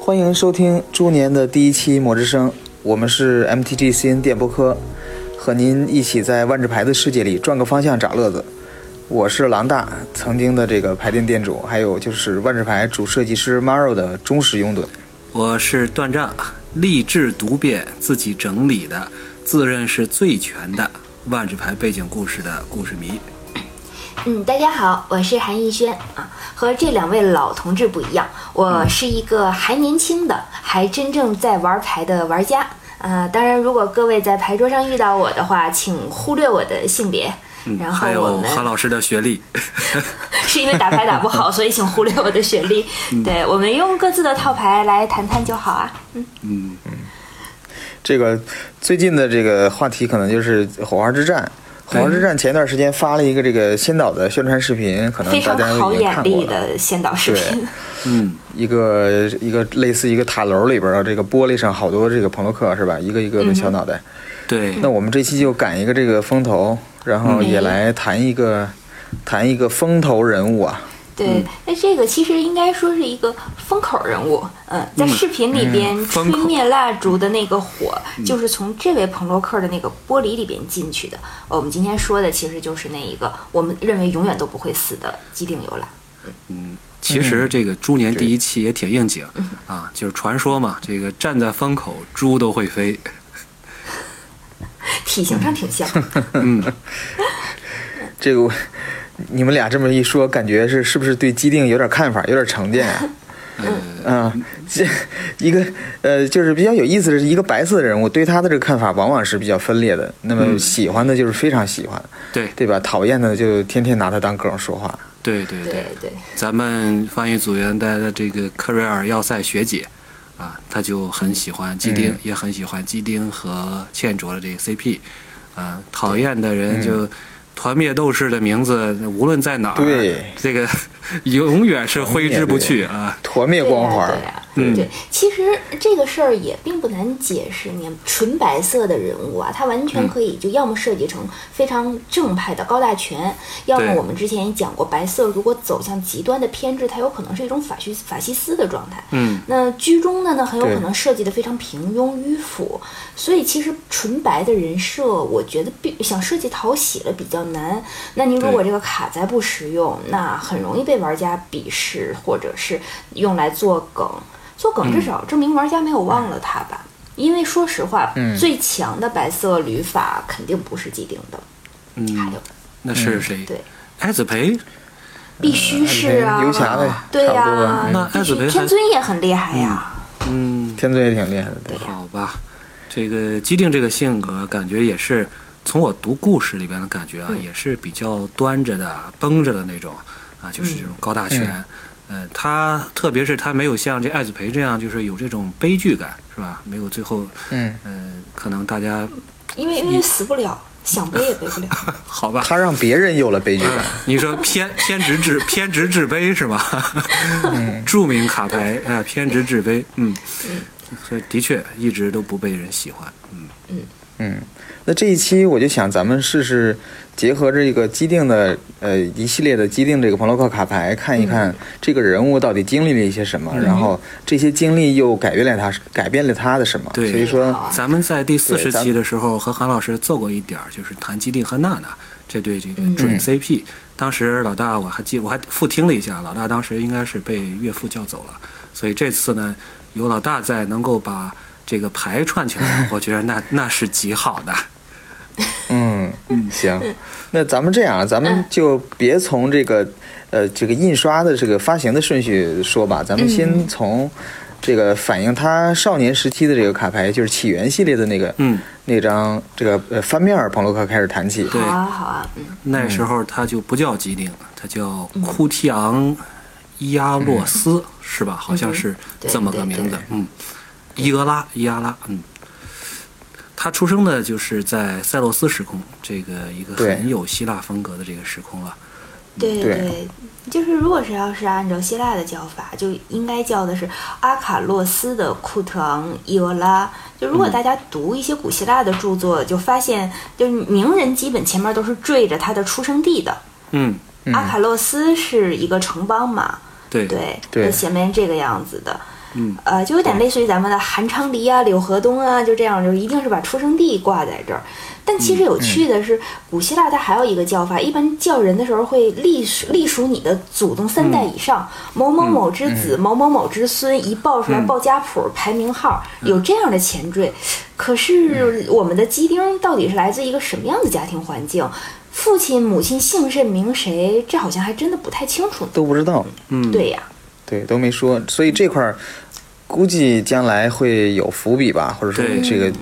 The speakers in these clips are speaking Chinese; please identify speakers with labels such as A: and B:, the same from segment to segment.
A: 欢迎收听猪年的第一期《魔之声》，我们是 MTGCN 电波科，和您一起在万智牌的世界里转个方向找乐子。我是狼大，曾经的这个牌店店主，还有就是万智牌主设计师 Maro 的忠实拥趸。
B: 我是段丈，励志读遍自己整理的，自认是最全的万智牌背景故事的故事迷。
C: 嗯，大家好，我是韩逸轩啊。和这两位老同志不一样，我是一个还年轻的，还真正在玩牌的玩家啊、当然，如果各位在牌桌上遇到我的话，请忽略我的性别。
A: 嗯
C: 然后
B: 还
C: 我
B: 有
C: 们
B: 韩老师的学 历，
C: 是因为打牌打不好，所以请忽略我的 学历。
A: 嗯
C: 对我们用各自的套牌来谈谈就好啊。
A: 这个最近的这个话题可能就是火花之战。火花之战前段时间发了一个这个先导的宣传视频，可能
C: 非
A: 大
C: 常
A: 家
C: 好
A: 已经
C: 眼
A: 看过
C: 力
A: 了。
C: 的先导视频，
B: 嗯，
A: 一个一个类似一个塔楼里边的这个玻璃上好多这个朋洛克是吧？一个一
C: 嗯
A: 个的小脑袋。
B: 对，
A: 那我们这期就赶一个这个风头，然
C: 嗯
A: 后
C: 哎
A: 也来谈一个谈一个风头人物啊。
B: 嗯
C: 对，那、这个其实应该说是一个风口人物，嗯，在视频里边吹
B: 嗯风口嗯
C: 灭蜡烛的那个火，就是从这位朋洛克的那个玻璃里边进去的。呃我们今天说的其实就是那一个我们认为永远都不会死的基定游览。
B: 其实这个猪年第一期也挺应景、
C: 嗯
B: 啊，就是传说嘛，这个站在风口，猪都会飞。
C: 体型上挺像，
B: 嗯，
A: 这个我你们俩这么一说，感觉是是不是对基定有点看法，有点成见啊？
B: 呃
A: 啊，这一个呃，就是比较有意思的是，一个白色的人物对他的这个看法往往是比较分裂的。那
C: 嗯
A: 么喜欢的就是非常喜欢，
B: 对
A: 对吧？讨厌的就天天拿他当梗说话。
B: 对对
C: 对对，
B: 咱们翻译组原来的这个克瑞尔要塞学姐啊，她就很喜欢基丁，也很喜欢基丁和茜卓的这个 CP 啊。讨厌的人就团灭斗士的名字，无论在哪儿，
A: 对
B: 这个 永远是挥之不去啊。
A: 团灭光环，
C: 对呀、对呀、
B: 嗯
C: 对，其实这个事儿也并不难解释。你看，纯白色的人物啊，他完全可以就要么设计成非常正派的高大全，要么
B: 对
C: 我们之前也讲过，白色如果走向极端的偏执，它有可能是一种法西法西斯的状态。
B: 嗯，
C: 那居中呢呢，很有
A: 对
C: 可能设计的非常平庸迂腐，所以其实纯白的人设，我觉得必想设计讨喜了比较难。那您如
B: 对
C: 果这个卡载不实用，那很容易被玩家鄙视，或者是用来做梗。做
A: 嗯
C: 梗至少证明玩家没有忘了他吧。因为说实话，
A: 嗯
C: 最强的白色旅法肯定不是既定的，还
B: 嗯，
C: 有
B: 那是谁？
C: 对，
B: 艾子培
C: 必须是啊，
A: 呃游侠呗
C: 对呀、
A: 差不多吧嗯
B: 那
C: 必
B: 艾
C: 须
B: 子培还
C: 天尊也很厉害呀、
B: 嗯，
A: 天尊也挺厉害的，对。
B: 好吧，这个基定这个性格，感觉也是从我读故事里边的感觉
A: 嗯
B: 啊，也是比较端着的、绷着的那种啊，就是这种高大
A: 嗯
B: 全。呃，他特别是他没有像这艾子培这样，就是有这种悲剧感，是吧？没有最后，
A: 嗯，
B: 呃，可能大家
C: 因为因为死不了，想背也背 不了。
B: 好吧，
A: 他让别人有了悲剧
C: 嗯
A: 感。
B: 你说 偏偏执至偏执至悲是吧？
A: 嗯
B: 著名卡牌啊、呃偏执至悲，嗯，所以的确一直都不被人喜欢，嗯。
A: 嗯，那这一期我就想咱们试试结合这个既定的呃一系列的既定这个朋洛克卡牌，看一
B: 嗯
A: 看这个人物到底经历了一些什么，然后这些经历又改变了他改变了他的什么。
B: 对
A: 所以说
C: 好
B: 咱们在第四
A: 对
B: 十
A: 咱
B: 期的时候和韩老师做过一点儿，就是谈基定和娜娜这对这个
A: 嗯
B: 准 CP。当时老大我还记，我还复听了一下，老大当时应该是被岳父叫走了，所以这次呢有老大在，能够把这个牌串起来，我觉得那那是极好的。
A: 嗯行，那咱们这样啊，咱们就别从这个呃这个印刷的这个发行的顺序说吧，咱们先
B: 嗯
A: 从。这个反映他少年时期的这个卡牌，就是起源系列的那个，
B: 嗯，
A: 那张这个呃翻面儿朋洛克开始谈起。
B: 对
C: 好啊，好啊，嗯，
B: 那时候他就不叫基定了，他叫库提昂伊阿洛斯，是吧？好像是这么个名字
C: 嗯对对对。
B: 嗯，伊俄拉，伊阿拉，嗯。他出生的就是在塞洛斯时空，这个一个
A: 对
B: 很有希腊风格的这个时空了。
C: 对
A: 对
C: 就是如果是要是按照希腊的叫法，就应该叫的是阿卡洛斯的库特昂伊俄拉。就如果大家读一些古希腊的著作，就发现就是名人基本前面都是缀着他的出生地的。
B: 嗯，
C: 阿卡洛斯是一个城邦嘛，
B: 对，
C: 对，
A: 对
C: 那前面这个样子的。
B: 嗯，
C: 呃，就有点类似于咱们的韩昌黎啊、柳河东啊，就这样，就一定是把出生地挂在这儿。但
B: 嗯
C: 其实有趣的是，古希腊它还有一个叫法，一般叫人的时候会隶属隶属你的祖宗
B: 嗯
C: 三代以上，某某某之子、某某某之孙，一报
B: 嗯
C: 出来报家谱、排名号，有这样的前缀。可是
B: 嗯
C: 我们的鸡丁到底是来自一个什么样的家庭环境？父亲、母亲姓甚名谁？这好像还真的不太清楚呢。
A: 都不知道，
B: 嗯，
C: 对呀、
A: 对，都没说，所以这块儿估计将来会有伏笔吧，或者说
B: 对
A: 这个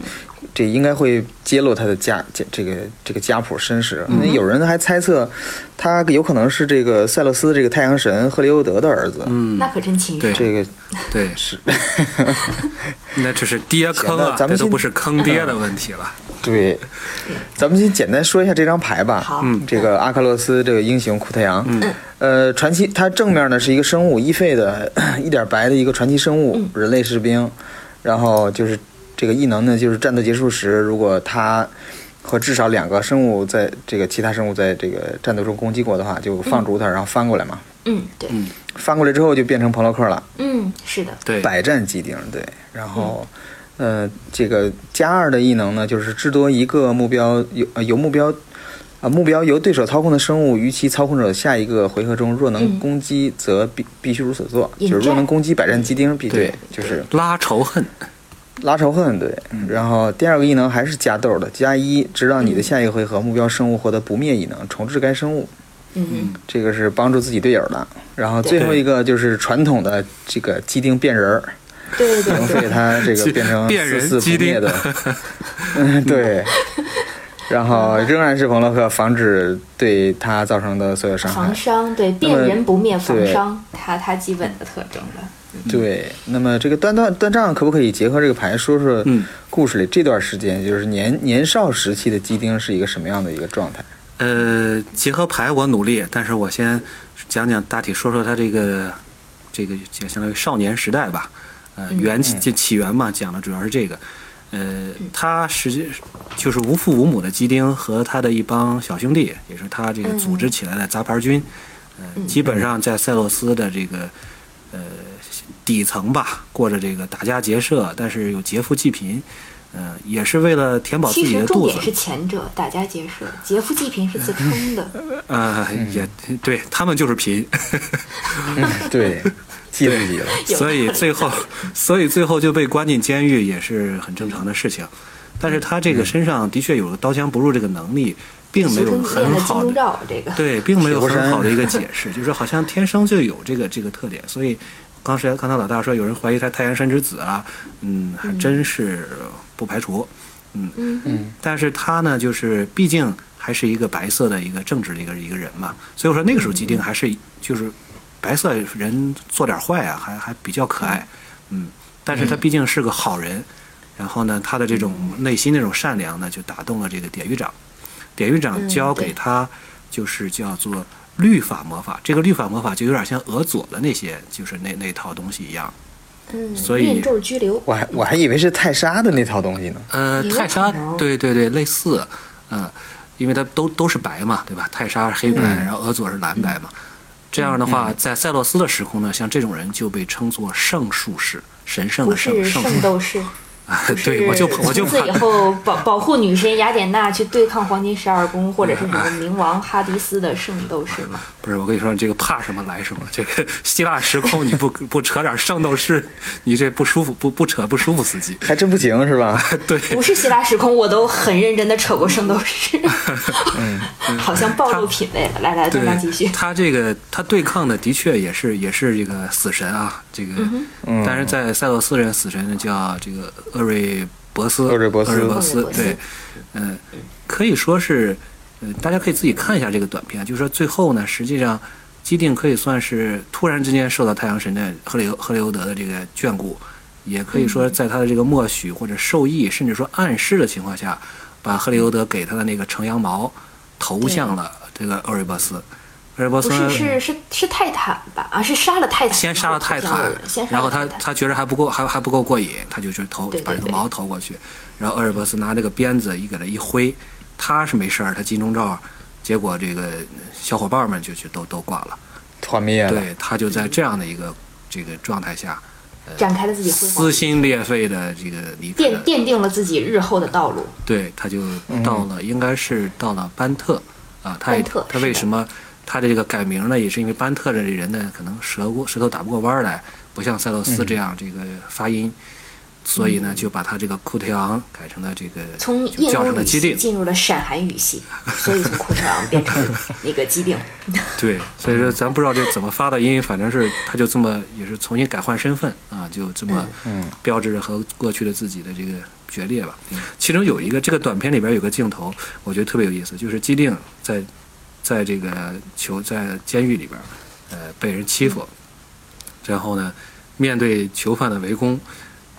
A: 这应该会揭露他的家家这个这个家谱身世。
B: 嗯
A: 那有人还猜测他有可能是这个塞勒斯这个太阳神赫利欧德的儿子，
B: 嗯
C: 那，可真亲
B: 对
C: 生。
A: 这个
B: 对，
A: 是
B: 那这是爹坑啊
A: 行，那咱
B: 这
A: 们
B: 都
A: 先
B: 不是坑爹的问题了。
A: 对，咱们先简单说一下这张牌吧。嗯
C: 好
A: 这个阿喀洛斯这个英雄库太阳，
B: 嗯
A: 呃，传奇，它正面呢是一个生物，伊费的一点白的一个传奇生物，人类士兵。然后就是这个异能呢，就是战斗结束时，如果它和至少两个生物在这个其他生物在这个战斗中攻击过的话，就放逐它，然后翻过来嘛。
C: 嗯，对，
A: 翻过来之后就变成朋洛克了，
C: 嗯，是的，
B: 对，
A: 百战机丁，对。然后，呃，这个加二的异能呢，就是至多一个目标由呃由目标啊、目标由对手操控的生物于其操控者下一个回合中若能
C: 嗯
A: 攻击，则必必须如此做，
C: 引
A: 就是若
C: 战
A: 能攻击百战机丁，必
B: 对
A: 就是
B: 拉仇恨，
A: 拉仇恨，对。然后第二个异能还是加豆的，加一，直到你的下一个回合目标生物获得不灭异能，重置该生物。
C: 嗯，
A: 这个是帮助自己队友的，然后最
B: 对
A: 后一个就是传统的这个机丁变人儿，
C: 对
A: 能
C: 对
A: 费
C: 对，
A: 它这个变成
B: 变人
A: 四四
B: 机
A: 不灭
B: 灵
A: 的， 嗯，对。然后仍然是冯洛克防止对他造成的所有伤害
C: 防。伤，对，辨人不灭防伤，它它基本的特征了。
A: 对，那么这个端断断杖可不可以结合这个牌说说
B: 嗯
A: 故事里这段时间，就是年年少时期的基丁是一个什么样的一个状态？
B: 呃，结合牌我努力，但是我先讲讲大体说说他这个这个就相当于少年时代吧，呃，
C: 嗯
B: 源起这起源嘛，讲的主要是这个。呃，
C: 嗯
B: 他实际就是无父无母的基丁和他的一帮小兄弟，也是他这个组
C: 嗯
B: 织起来的杂牌军，呃，基本上在塞洛斯的这个呃底层吧，过着这个打家劫舍，但是又劫富济贫，呃，也是为了填饱自
C: 其
B: 己
C: 实
B: 的
C: 重
B: 肚子。
C: 点是前者，打家劫舍，劫富济贫是自称的。
B: 呃，也对他们就是贫，
A: 对，记自己了。
C: 有
B: 所以最后，所以最后就被关进监狱也是很正常的事情。但是他这个身上的确有个刀枪不入这个能力，并 没
C: 俗
B: 有
C: 称练
B: 很
C: 了金
B: 好
C: 钟
B: 的
C: 罩，这个
B: 对，并没有
A: 铁布
B: 很
A: 衫
B: 好的一个解释，就是好像天生就有这个这个特点。所以刚才刚才老大说有人怀疑他太阳神之子啊，嗯，还真是不排除。
C: 嗯嗯
B: 但是他呢，就是毕竟还是一个白色的一个政治的一个一个人嘛，所以我说那个时候
C: 嗯
B: 基丁还是就是白色人做点坏啊，还还比较可爱，嗯，但是他毕竟是个好人，然后呢，他的这种内心那种善良呢，就打动了这个典狱长，典狱长
C: 嗯
B: 教给
C: 对
B: 他就是叫做律法魔法，这个律法魔法就有点像俄佐的那些就是那那套东西一样，
C: 嗯，
B: 所以
C: 念咒拘留，
A: 我还我还以为是泰莎的那套东西呢。
B: 呃，
C: 也有
B: 泰莎
C: 可能，
B: 对对对，类似，嗯、因为它都都是白嘛，对吧？泰莎是黑白，
C: 嗯
B: 然后俄佐是蓝白嘛。这样的话，在塞洛斯的时空呢，像这种人就被称作圣术士，神圣
C: 不
B: 的圣
C: 是
B: 圣
C: 圣
B: 术
C: 斗士，
B: 士。 对，我就我就
C: 从此以
B: 怕，
C: 后保 保护女神雅典娜去对抗黄金十二宫，或者是什么冥王哈迪斯的圣斗士嘛。
B: 不是我跟你说，这个怕什么来什么。这个希腊时空你不 不扯点圣斗士，你这不舒服，不不扯不舒服司机。
A: 还真不行是吧？
B: 对，
C: 不是希腊时空，我都很认真的扯过圣斗士，好像暴露品味了。来来，大
B: 嗯对
C: 家继续。
B: 他这个他对抗的的确也是也是这个死神啊，这个，
C: 嗯
A: 嗯
B: 但是在塞洛斯人死神呢叫这个厄瑞博斯，
A: 厄瑞博斯
B: 厄瑞
C: 厄瑞
B: 斯
C: 博，斯
B: 对，嗯、可以说是，呃，大家可以自己看一下这个短片，啊就是说最后呢，实际上基定可以算是突然之间受到太阳神的赫雷赫雷欧德的这个眷顾，也可以说在他的这个默许或者授意，甚至说暗示的情况下，把赫雷欧德给他的那个成羊毛投向了这个厄瑞波斯。厄瑞波斯
C: 不是，是是是泰坦吧？啊，是杀了泰坦，
B: 先杀了泰
C: 好像
B: 坦
C: 有人先，杀
B: 然后
C: 了
B: 他
C: 泰坦
B: 他觉得还不够，还还不够过瘾，他就去投
C: 对对
B: 把这个
C: 对
B: 矛投过去，然后厄尔伯斯拿这个鞭子一给他一挥，他是没事儿，他金钟罩，结果这个小伙伴们就去都都挂了，
A: 团灭了。
B: 对，他就在这样的一个这个状态下，
C: 展开了自己辉煌
B: 撕，心裂肺的这个离开
C: 奠，奠定了自己日后的道路。
B: 对，他就到了，应该是到了班特啊，他也
C: 班特
B: 他为什么他的这个改名呢？也是因为班特的这人呢，可能舌过舌头打不过弯儿来，不像塞勒斯这样这个发音，所以呢就把他这个库特昂改成了这个
C: 嗯从
B: 就
C: 印
B: 叫
C: 度
B: 成了
C: 语
B: 基
C: 系
B: 定。
C: 进入了闪韩语系，所以从库特昂变成那个 基定。
B: 对，所以说咱不知道这怎么发的音，反正是他就这么也是重新改换身份啊，就这么标志着和过去的自己的这个决裂吧。其中有一个这个短片里边有个镜头，我觉得特别有意思，就是基定在在这个囚在监狱里边，呃，被人欺负，然后呢，面对囚犯的围攻，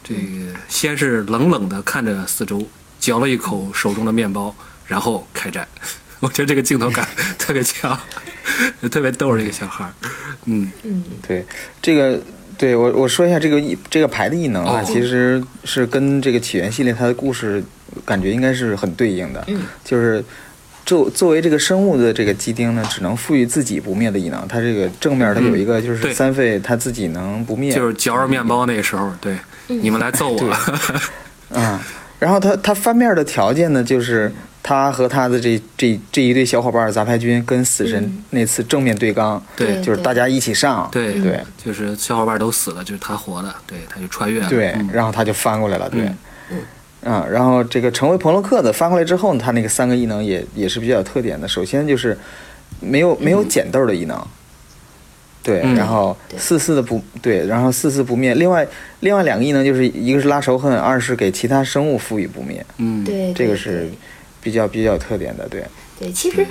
B: 这个先是冷冷地看着四周，嚼了一口手中的面包，然后开战。 我觉得这个镜头感 特别强，特别逗这个小孩儿。嗯，
A: 对，这个对我我说一下这个异这个牌的异能啊，
B: 哦
A: 其实是跟这个起源系列它的故事感觉应该是很对应的，
C: 嗯
A: 就是。作作为这个生物的这个基丁呢，只能赋予自己不灭的异能。它这个正面它有一个就
B: 嗯对
A: 是三费，它自己能不灭，
B: 就是嚼着面包那时候，对，你们来揍我了。
A: 嗯，然后他他翻面的条件呢，就是他和他的这这这一队小伙伴杂牌军跟死神
C: 嗯
A: 那次正面对刚，
B: 对
A: 就是大家一起上，
B: 对嗯
A: 对
B: 就是小伙伴都死了，就是他活的，对，他就穿越了。
A: 对
B: 嗯，
A: 然后他就翻过来了，对
B: 嗯，
A: 嗯，然后这个成为朋洛克的翻过来之后呢，他那个三个异能也也是比较有特点的。首先就是没有没有捡豆的异能，对，
B: 嗯
A: 然后
C: 对
A: 四四的不对，然后四四不灭。另外另外两个异能就是一个是拉仇恨，二是给其他生物赋予不灭，
B: 嗯，
C: 对，
A: 这
C: 对
A: 个是比较比较有特点的，对。
C: 对，其
A: 嗯
C: 实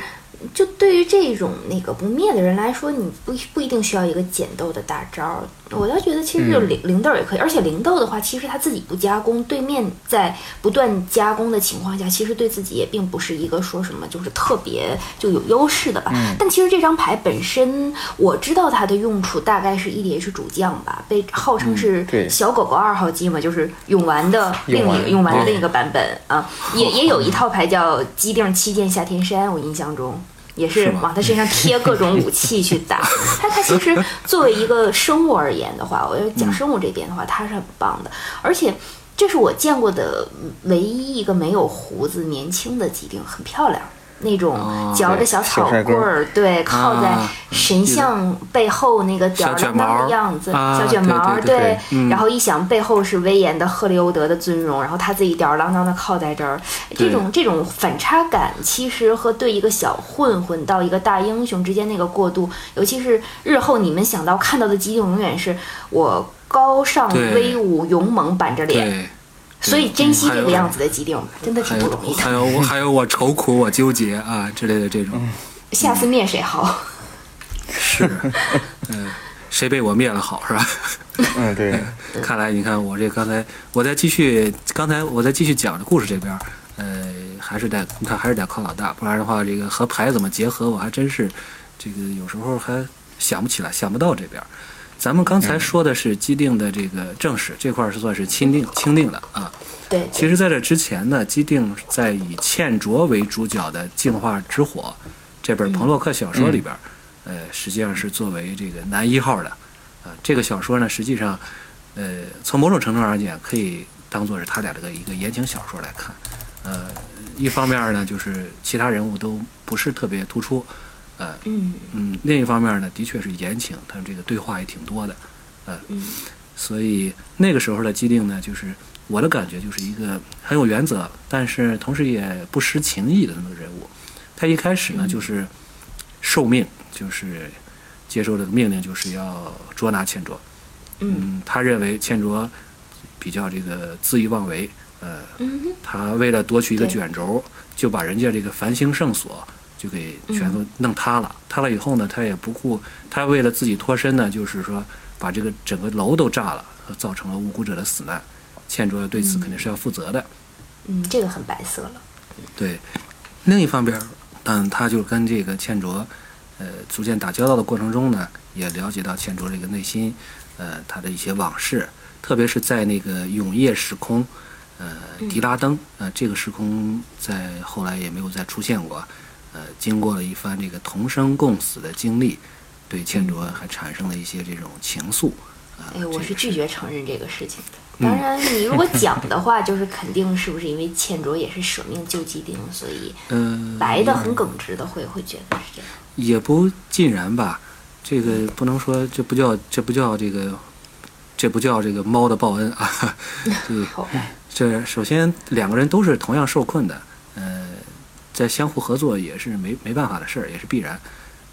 C: 就对于这种那个不灭的人来说，你不不一定需要一个剪豆的大招儿。我倒觉得其实就
A: 嗯
C: 零零豆也可以，而且零豆的话，其实他自己不加工，对面在不断加工的情况下，其实对自己也并不是一个说什么就是特别就有优势的吧。
A: 嗯
C: 但其实这张牌本身，我知道它的用处大概是 EDH 主将吧，被号称是
A: 嗯对
C: 小狗狗二号机嘛，就是永丸的另
A: 永
C: 一
A: 丸
C: 个永丸的
B: 对
C: 另一个版本啊，也也有一套牌叫“机定七剑下天山”，我印象中。也
B: 是
C: 是
B: 吗
C: 往他身上贴各种武器去 打，他他其实作为一个生物而言的话，我要讲生物这边的话，他是很棒的，而且这是我见过的唯一一个没有胡子、年轻的机灵，很漂亮，那种
B: 哦
C: 嚼着
A: 对
C: 小
A: 小
C: 草
A: 帅哥
C: 棍儿，对，靠在
B: 啊
C: 神像背后那个吊儿郎当的样子，
B: 小卷毛儿啊
C: 小卷毛儿，
B: 对对对对嗯
C: 然后一想背后是威严的赫利欧德的尊容，然后他自己吊儿郎当的靠在这儿，
B: 对
C: 这种这种反差感，其实和对一个小混混到一个大英雄之间那个过渡，尤其是日后你们想到看到的基定，永远是我高尚
B: 对
C: 威武勇猛板着脸，
B: 对，
C: 所以珍
B: 嗯
C: 惜
B: 还
C: 这
B: 有
C: 个样子的基定，真的挺
B: 还
C: 不容
B: 有
C: 易
B: 还
C: 的。
B: 有我还有我愁苦我纠结啊之类的这种，
A: 嗯
C: 下次灭谁好？
B: 是，嗯，谁被我灭了好是吧？
A: 嗯，对，
B: 看来你看我这刚才，我再继续，刚才我再继续讲这故事这边儿，呃，还是得你看还是得靠老大，不然的话，这个和牌怎么结合，我还真是这个有时候还想不起来，想不到这边儿。咱们刚才说的是基定的这个正史这块儿是算是钦定钦定了啊。
C: 对，
B: 其实在这之前呢，基定在以茜卓为主角的《净化之火》这本彭洛克小说里边儿，呃，实际上是作为这个男一号的。啊，这个小说呢，实际上，呃，从某种程度上讲，可以当做是他俩这个一个言情小说来看。呃，一方面呢，就是其他人物都不是特别突出，呃，
C: 嗯
B: 嗯，另一方面呢，的确是言情，他们这个对话也挺多的，呃，
C: 嗯
B: 所以那个时候的基定呢，就是我的感觉就是一个很有原则，但是同时也不失情义的那么个人物。他一开始呢，就是受命，就是接受这个命令，就是要捉拿千卓。
C: 嗯
B: 嗯，他认为千卓比较这个恣意妄为，呃，
C: 嗯哼，
B: 他为了夺取一个
C: 对
B: 卷轴，就把人家这个繁星圣所就给
C: 嗯
B: 全都弄塌了。塌了以后呢，他也不顾他为了自己脱身呢，就是说把这个整个楼都炸了，造成了无辜者的死难。倩卓对此肯定是要负责的。
C: 嗯，这个很白色了。
B: 对，另一方面，但他就跟这个倩卓，呃，逐渐打交道的过程中呢，也了解到倩卓这个内心，呃，他的一些往事，特别是在那个永夜时空，呃，迪拉登，呃，这个时空在后来也没有再出现过，呃，经过了一番这个同生共死的经历，对倩卓还产生了一些这种情愫，啊、嗯
C: 哎，我是拒绝承认这个事情的。当 然，你如果讲的话，就是肯定是不是因为欠卓也是舍命救基丁，所以
B: 嗯，
C: 白的很耿直的会会觉得是这样。
B: 也不尽然吧，这个不能说这不叫这不叫这个，这不叫这个猫的报恩啊。这
C: 好吧，
B: 这首先两个人都是同样受困的，呃，在相互合作也是没没办法的事儿，也是必然。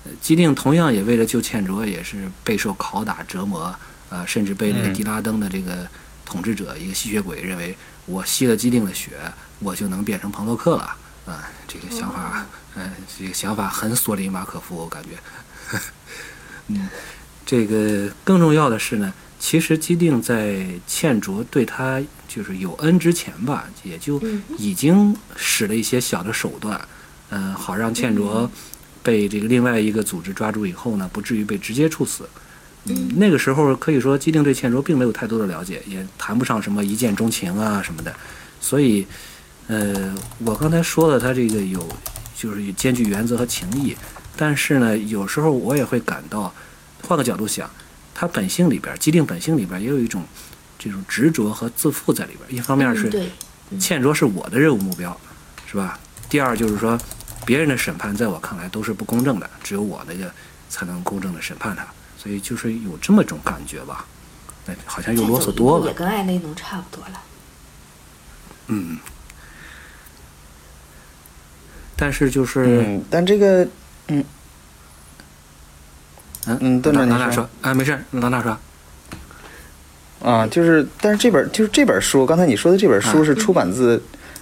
B: 呃基定同样也为了救欠卓，也是备受拷打折磨，呃，甚至被那个
A: 嗯
B: 迪拉登的这个统治者、一个吸血鬼认为，我吸了基定的血，我就能变成庞洛克了啊、这个想法，嗯、这个想法很索林马可夫，我感觉。 嗯，这个更重要的是呢，其实基定在倩卓对他就是有恩之前吧，也就
C: 嗯
B: 已经使了一些小的手段，嗯、好让倩卓被这个另外一个组织抓住以后呢，不至于被直接处死。嗯，那个时候可以说基定对倩卓并没有太多的了解，也谈不上什么一见钟情啊什么的，所以，呃，我刚才说了，他这个有就是兼具原则和情义，但是呢，有时候我也会感到，换个角度想，他本性里边，既定本性里边也有一种这种执着和自负在里边。一方面
C: 嗯
B: 是
C: 对，
B: 欠卓是我的任务目标，是吧？第二就是说，别人的审判在我看来都是不公正的，只有我那个才能公正的审判他，所以就是有这么种感觉吧。那好像又
C: 再
B: 啰
C: 走
B: 嗦
C: 一
B: 多
C: 步
B: 了
C: 也，跟艾雷农差不多了。
B: 嗯。但是就是，
A: 嗯，但这个，嗯，
B: 嗯
A: 嗯，段长
B: 老
A: 你
B: 大说，啊，没事儿，老大说，
A: 啊，就是，但是这本就是这本书，刚才你说的这本书
B: 啊
A: 是出版自、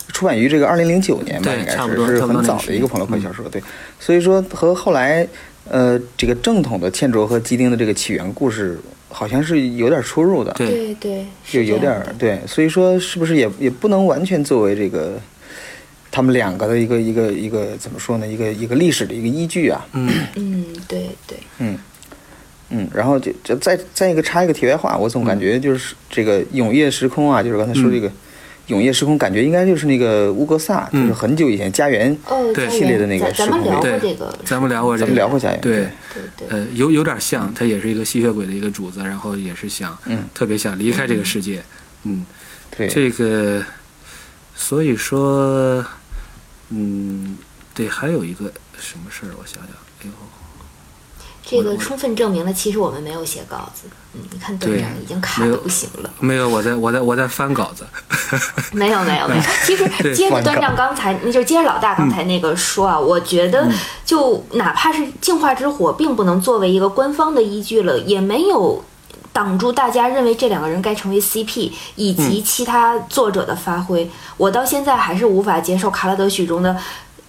A: 出版于这个二零零九年吧，
B: 对
A: 应该
B: 差不多
A: 是是
B: 差不多
A: 很
B: 那
A: 早
B: 个时
A: 的
B: 间嗯
A: 一个朋洛克小说，对，所以说和后来呃这个正统的欠卓和基丁的这个起源故事好像是有点出入的，
B: 对
C: 对对，
A: 就是有
C: 这
A: 点
C: 样
A: 儿
C: 的
A: 对，所以说是不是也也不能完全作为这个他们两个的一个一个一个怎么说呢，一个一个历史的一个依据啊，
B: 嗯，
C: 嗯，对对，
A: 嗯，嗯，然后就就再再一个插一个题外话，我总感觉就是这个永夜时空啊，就是刚才说这个、永夜时空，感觉应该就是那个乌格萨，
B: 嗯
A: 就是很久以前家园，
C: 哦，
B: 对
C: 家
A: 系列的
C: 园
A: 那个
C: 咱咱们
A: 时
C: 聊
A: 空
C: 过
B: 对
C: 这个，
B: 咱们聊过这
A: 咱
B: 个，
A: 们聊过家园，
B: 对，
C: 对对，
B: 呃，有有点像，他也是一个吸血鬼的一个主子，然后也是想，
A: 嗯
B: 特别想离开这个世界，嗯，
A: 对，
B: 这个，所以说，嗯，对，还有一个什么事儿，我想想，哎呦，
C: 这个
B: 我
C: 充分证明了其实我们没有写稿子。嗯，你看段
B: 对
C: 长已经卡
B: 没
C: 的
B: 有
C: 不行了。
B: 没有，我在我在我在翻稿子，
C: 没有没有没有，其实
B: 对嗯
C: 接着
A: 乱
C: 端
A: 搞
C: 正刚才，那就接着老大刚才那个说啊，我觉得就哪怕是净化之火，并不能作为一个官方的依据了，也没有。挡住大家认为这两个人该成为 CP，以及
B: 嗯
C: 其他作者的发挥，我到现在还是无法接受《卡拉德许》中的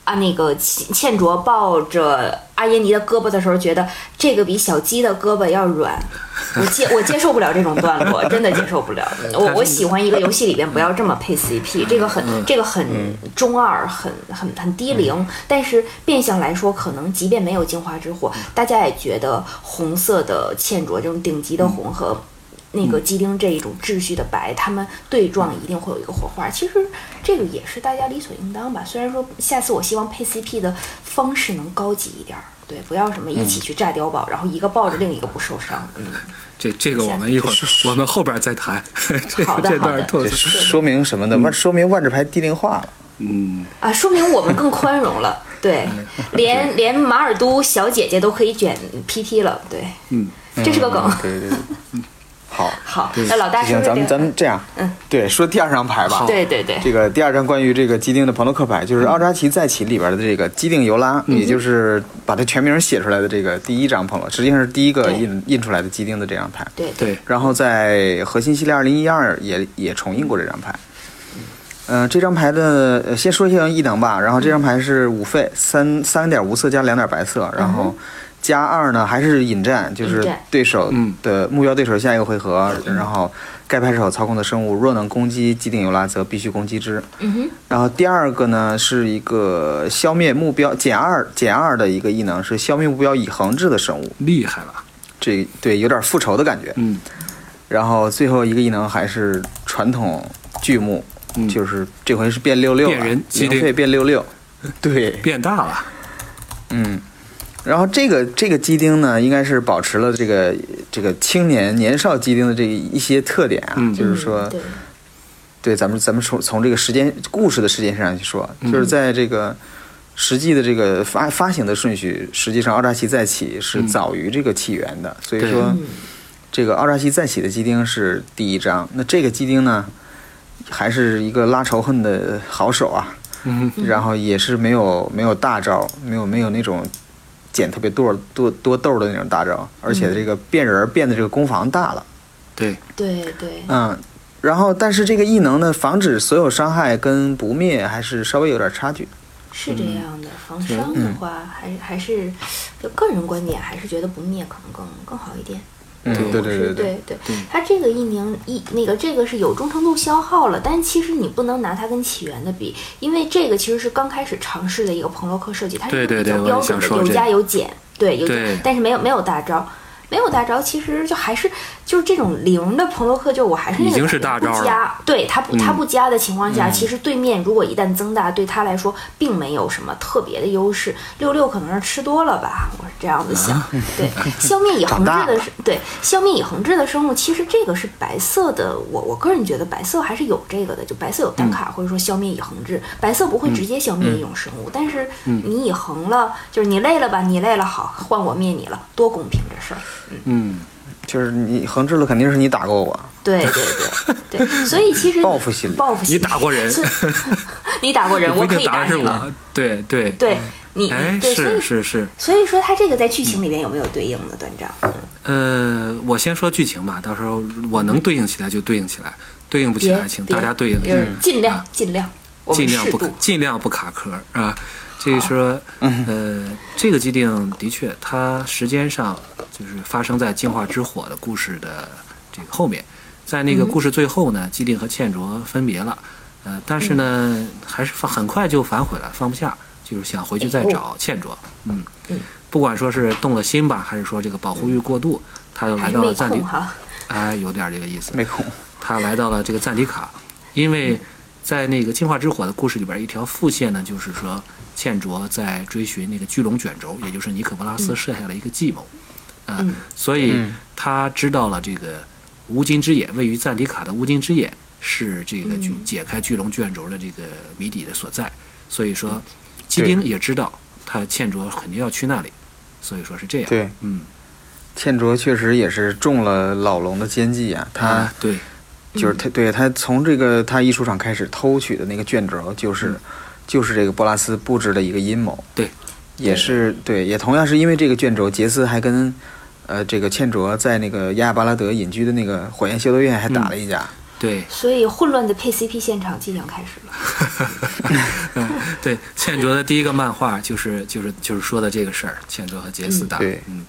C: 啊那个倩倩卓抱着阿耶尼的胳膊的时候，觉得这个比小鸡的胳膊要软， 我接我接受不了这种段落，真的接受不了。我我喜欢一个游戏里边不要这么配 CP，这个很这个很中二，很很很低龄。但是变相来说，可能即便没有镜花之火，大家也觉得红色的倩卓这种顶级的红和。那个鸡丁这一种秩序的白，他们对撞一定会有一个火花。其实这个也是大家理所应当吧。虽然说下次我希望配 CP 的方式能高级一点儿，对，不要什么一起去炸碉堡，然后一个抱着另一个不受伤。嗯，
B: 这这个我们一会儿我们后边再谈， 这
C: 好的
B: 这
C: 好的
B: 段吐
A: 这
B: 槽，
A: 说明什么呢？万说明万智牌低龄化了，
B: 嗯，
C: 啊，说明我们更宽 容了，对，
A: 嗯
C: 连连马尔都小姐姐都可以卷 PT 了，对，
B: 嗯，
C: 这是个梗
A: 嗯。对 对对，好，
C: 好，那老大说
A: 行，
C: 说
A: 咱们
C: 这
A: 咱
C: 个，
A: 们这样，
C: 嗯，
A: 对，说第二张牌吧，
C: 对对对，
A: 这个第二张关于这个基定的朋洛克牌，就是奥扎奇再起里边的这个基定尤拉，
C: 嗯
A: 也就是把他全名写出来的这个第一张朋洛，实际上是第一个
C: 对
A: 印印出来的基定的这张牌。
C: 对对
B: 对，
A: 然后在核心系列二零一二也也重印过这张牌。嗯、这张牌的呃，先说一下异能吧。然后这张牌是五费，三三点无色加两点白色，然后加二呢还是引战，就是
C: 嗯引战
A: 对手
B: 嗯
A: 的目标对手下一个回合，然后该牌手操控的生物若能攻击基顶尤拉，则必须攻击之。
C: 嗯哼，
A: 然后第二个呢是一个消灭目标减二减二的一个异能，是消灭目标以恒制的生物，
B: 厉害了，
A: 这对有点复仇的感觉。
B: 嗯
A: 然后最后一个异能还是传统剧目，
B: 嗯，
A: 就是这回是变六六了，
B: 变人机
A: 零
B: 灵
A: 费变六六，对，
B: 变大了，
A: 嗯，然后这个这个鸡丁呢，应该是保持了这个这个青年年少鸡丁的这一些特点啊，
B: 嗯
A: 就是说，
C: 嗯对
A: 对，咱们咱们从从这个时间故事的时间上去说，就是在这个实际的这个发发行的顺序，实际上奥扎奇再起是早于这个起源的，所以
B: 对
A: 说
B: 嗯
A: 这个奥扎奇再起的鸡丁是第一章。那这个鸡丁呢，还是一个拉仇恨的好手啊，
B: 嗯
A: 然后也是没有没有大招，没有没有那种捡特别多多多豆的那种大招，而
B: 嗯
A: 且这个变人儿变的这个攻防大了。
B: 对，
C: 对对，
A: 嗯，然后但是这个异能呢，防止所有伤害跟不灭还是稍微有点差距。
C: 是
A: 嗯
C: 这样的。防伤的话，还是还是就个人观点，还是觉得不灭可能更更好一点。
A: 嗯，对对
C: 是
A: 对
C: 对对
B: 对
C: 它这个异名异那个这个是有忠诚度消耗了，但其实你不能拿它跟起源的比，因为这个其实是刚开始尝试的一个朋洛克设计，它是
B: 对
C: 一个
B: 对
C: 比
B: 对
C: 较标
B: 我也想
C: 准的
B: 说
C: 有
B: 这
C: 加
B: 个
C: 有减，对有
B: 对
C: 减，但是没有没有大招。没有大招，其实就还是就是这种零的朋洛克，就我还是那个
B: 已经是
C: 感觉
B: 大招
C: 不
B: 了
C: 加，对他不他
B: 嗯
C: 不加的情况下，其实对面如果一旦增大，对他来说并没有什么特别的优势。六六可能是吃多了吧，我是这样子想。对，消灭以
A: 长
C: 恒
A: 大
C: 制的是对消灭以恒制的生物，其实这个是白色的。我我个人觉得白色还是有这个的，就白色有单卡、或者说消灭以恒制，白色不会直接消灭一种生物，但是你以恒了，就是你累了吧，你累了好，换我灭你了，多公平这事儿。
B: 嗯，
A: 就是你横置了，肯定是你打过我。
C: 对 对对对，所以其实
A: 报复心理
C: 报复心理，
B: 你打过人
C: 所以， 你打过人，
B: 不
C: 我
B: 一
C: 可
B: 定
C: 以
B: 打的是
C: 你了。
B: 我，对对，
C: 对你，
B: 哎，
C: 对，所
B: 是
C: 以
B: 是是，
C: 所以说他这个在剧情里边有没有对应呢？段章，
B: 呃，我先说剧情吧，到时候我能对应起来就对应起来，对应不起
C: 别
B: 来啊请
C: 别
B: 大家对应一
C: 就是
B: 下，
C: 尽量尽量，我
B: 尽
C: 们
B: 量
C: 适
B: 不卡
C: 度。嗯
B: 尽量不卡壳儿啊。所以说，呃，这个既定的确，它时间上就是发生在进化之火的故事的这个后面，在
C: 嗯
B: 那个故事最后呢，既定和倩卓分别了，呃，但是
C: 嗯
B: 呢，还是放很快就反悔了，放不下，就是想回去再找倩卓，嗯
C: 哦嗯。
B: 不管说是动了心吧，还是说这个保护欲过度，他又
C: 还
B: 来
C: 是
B: 到了
C: 没
B: 暂停
C: 空，哈，
B: 哎，有点这个意思。
A: 没空，
B: 他来到了这个赞迪卡，因为在那个进化之火的故事里边，一条副线呢，就是说倩卓在追寻那个巨龙卷轴，也就是尼可波拉斯设下了一个计谋，啊、
C: 嗯
B: 所以
A: 嗯
B: 他知道了这个无尽之眼位于赞迪卡的无尽之眼是这个巨
C: 嗯
B: 解开巨龙卷轴的这个谜底的所在，所以说基丁也知道他倩卓肯定要去那里，所以说是这样，
A: 对
B: 嗯，
A: 倩卓确实也是中了老龙的奸计啊，他、
B: 啊，对，
A: 就是他，对他从这个他艺术场开始偷取的那个卷轴，就是、就是这个波拉斯布置的一个阴谋。
B: 对，
A: 也是对，也同样是因为这个卷轴，杰斯还跟呃这个倩卓在那个亚亚巴拉德隐居的那个火焰修道院还打了一架。
B: 对，
C: 所以混乱的配 CP 现场即将开始了。
B: 嗯， 对，倩卓的第一个漫画就是就是就是说的这个事儿，倩卓和杰斯打。
A: 嗯对
B: 嗯，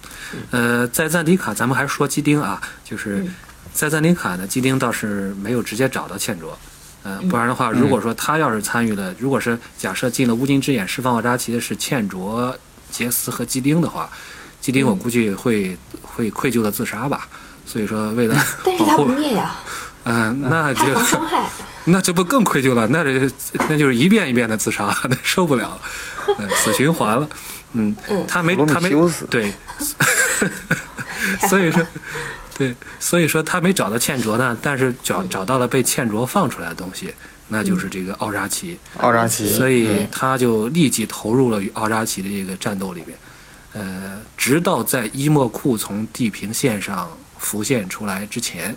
B: 呃，在赞迪卡，咱们还是说基丁啊，就是
C: 嗯
B: 在赞迪卡呢，基丁倒是没有直接找到倩卓。呃，不然的
C: 嗯
B: 话，如果说他要是参与了，如果是假设进了乌金之眼释放奥扎奇的是倩卓、杰斯和基丁的话，基丁
C: 嗯
B: 我估计会、会愧疚的自杀吧。所以说，为了
C: 但是
B: 保
C: 他不
B: 护，
C: 灭呀，
B: 嗯、那就
C: 他防 伤害。
B: 那哦这不更愧疚了？那这那就是一遍一遍的自杀，那受不了了，嗯，死循环了。嗯，他没
A: 普罗米
B: 他没
A: 修斯
B: 对， 所以说对，所以说他没找到倩卓呢，但是
A: 嗯
B: 找找到了被倩卓放出来的东西，那就是这个奥扎奇。
A: 奥扎奇，嗯
B: 所以他就立即投入了与奥扎奇的这个战斗里面。呃，直到在伊莫库从地平线上浮现出来之前，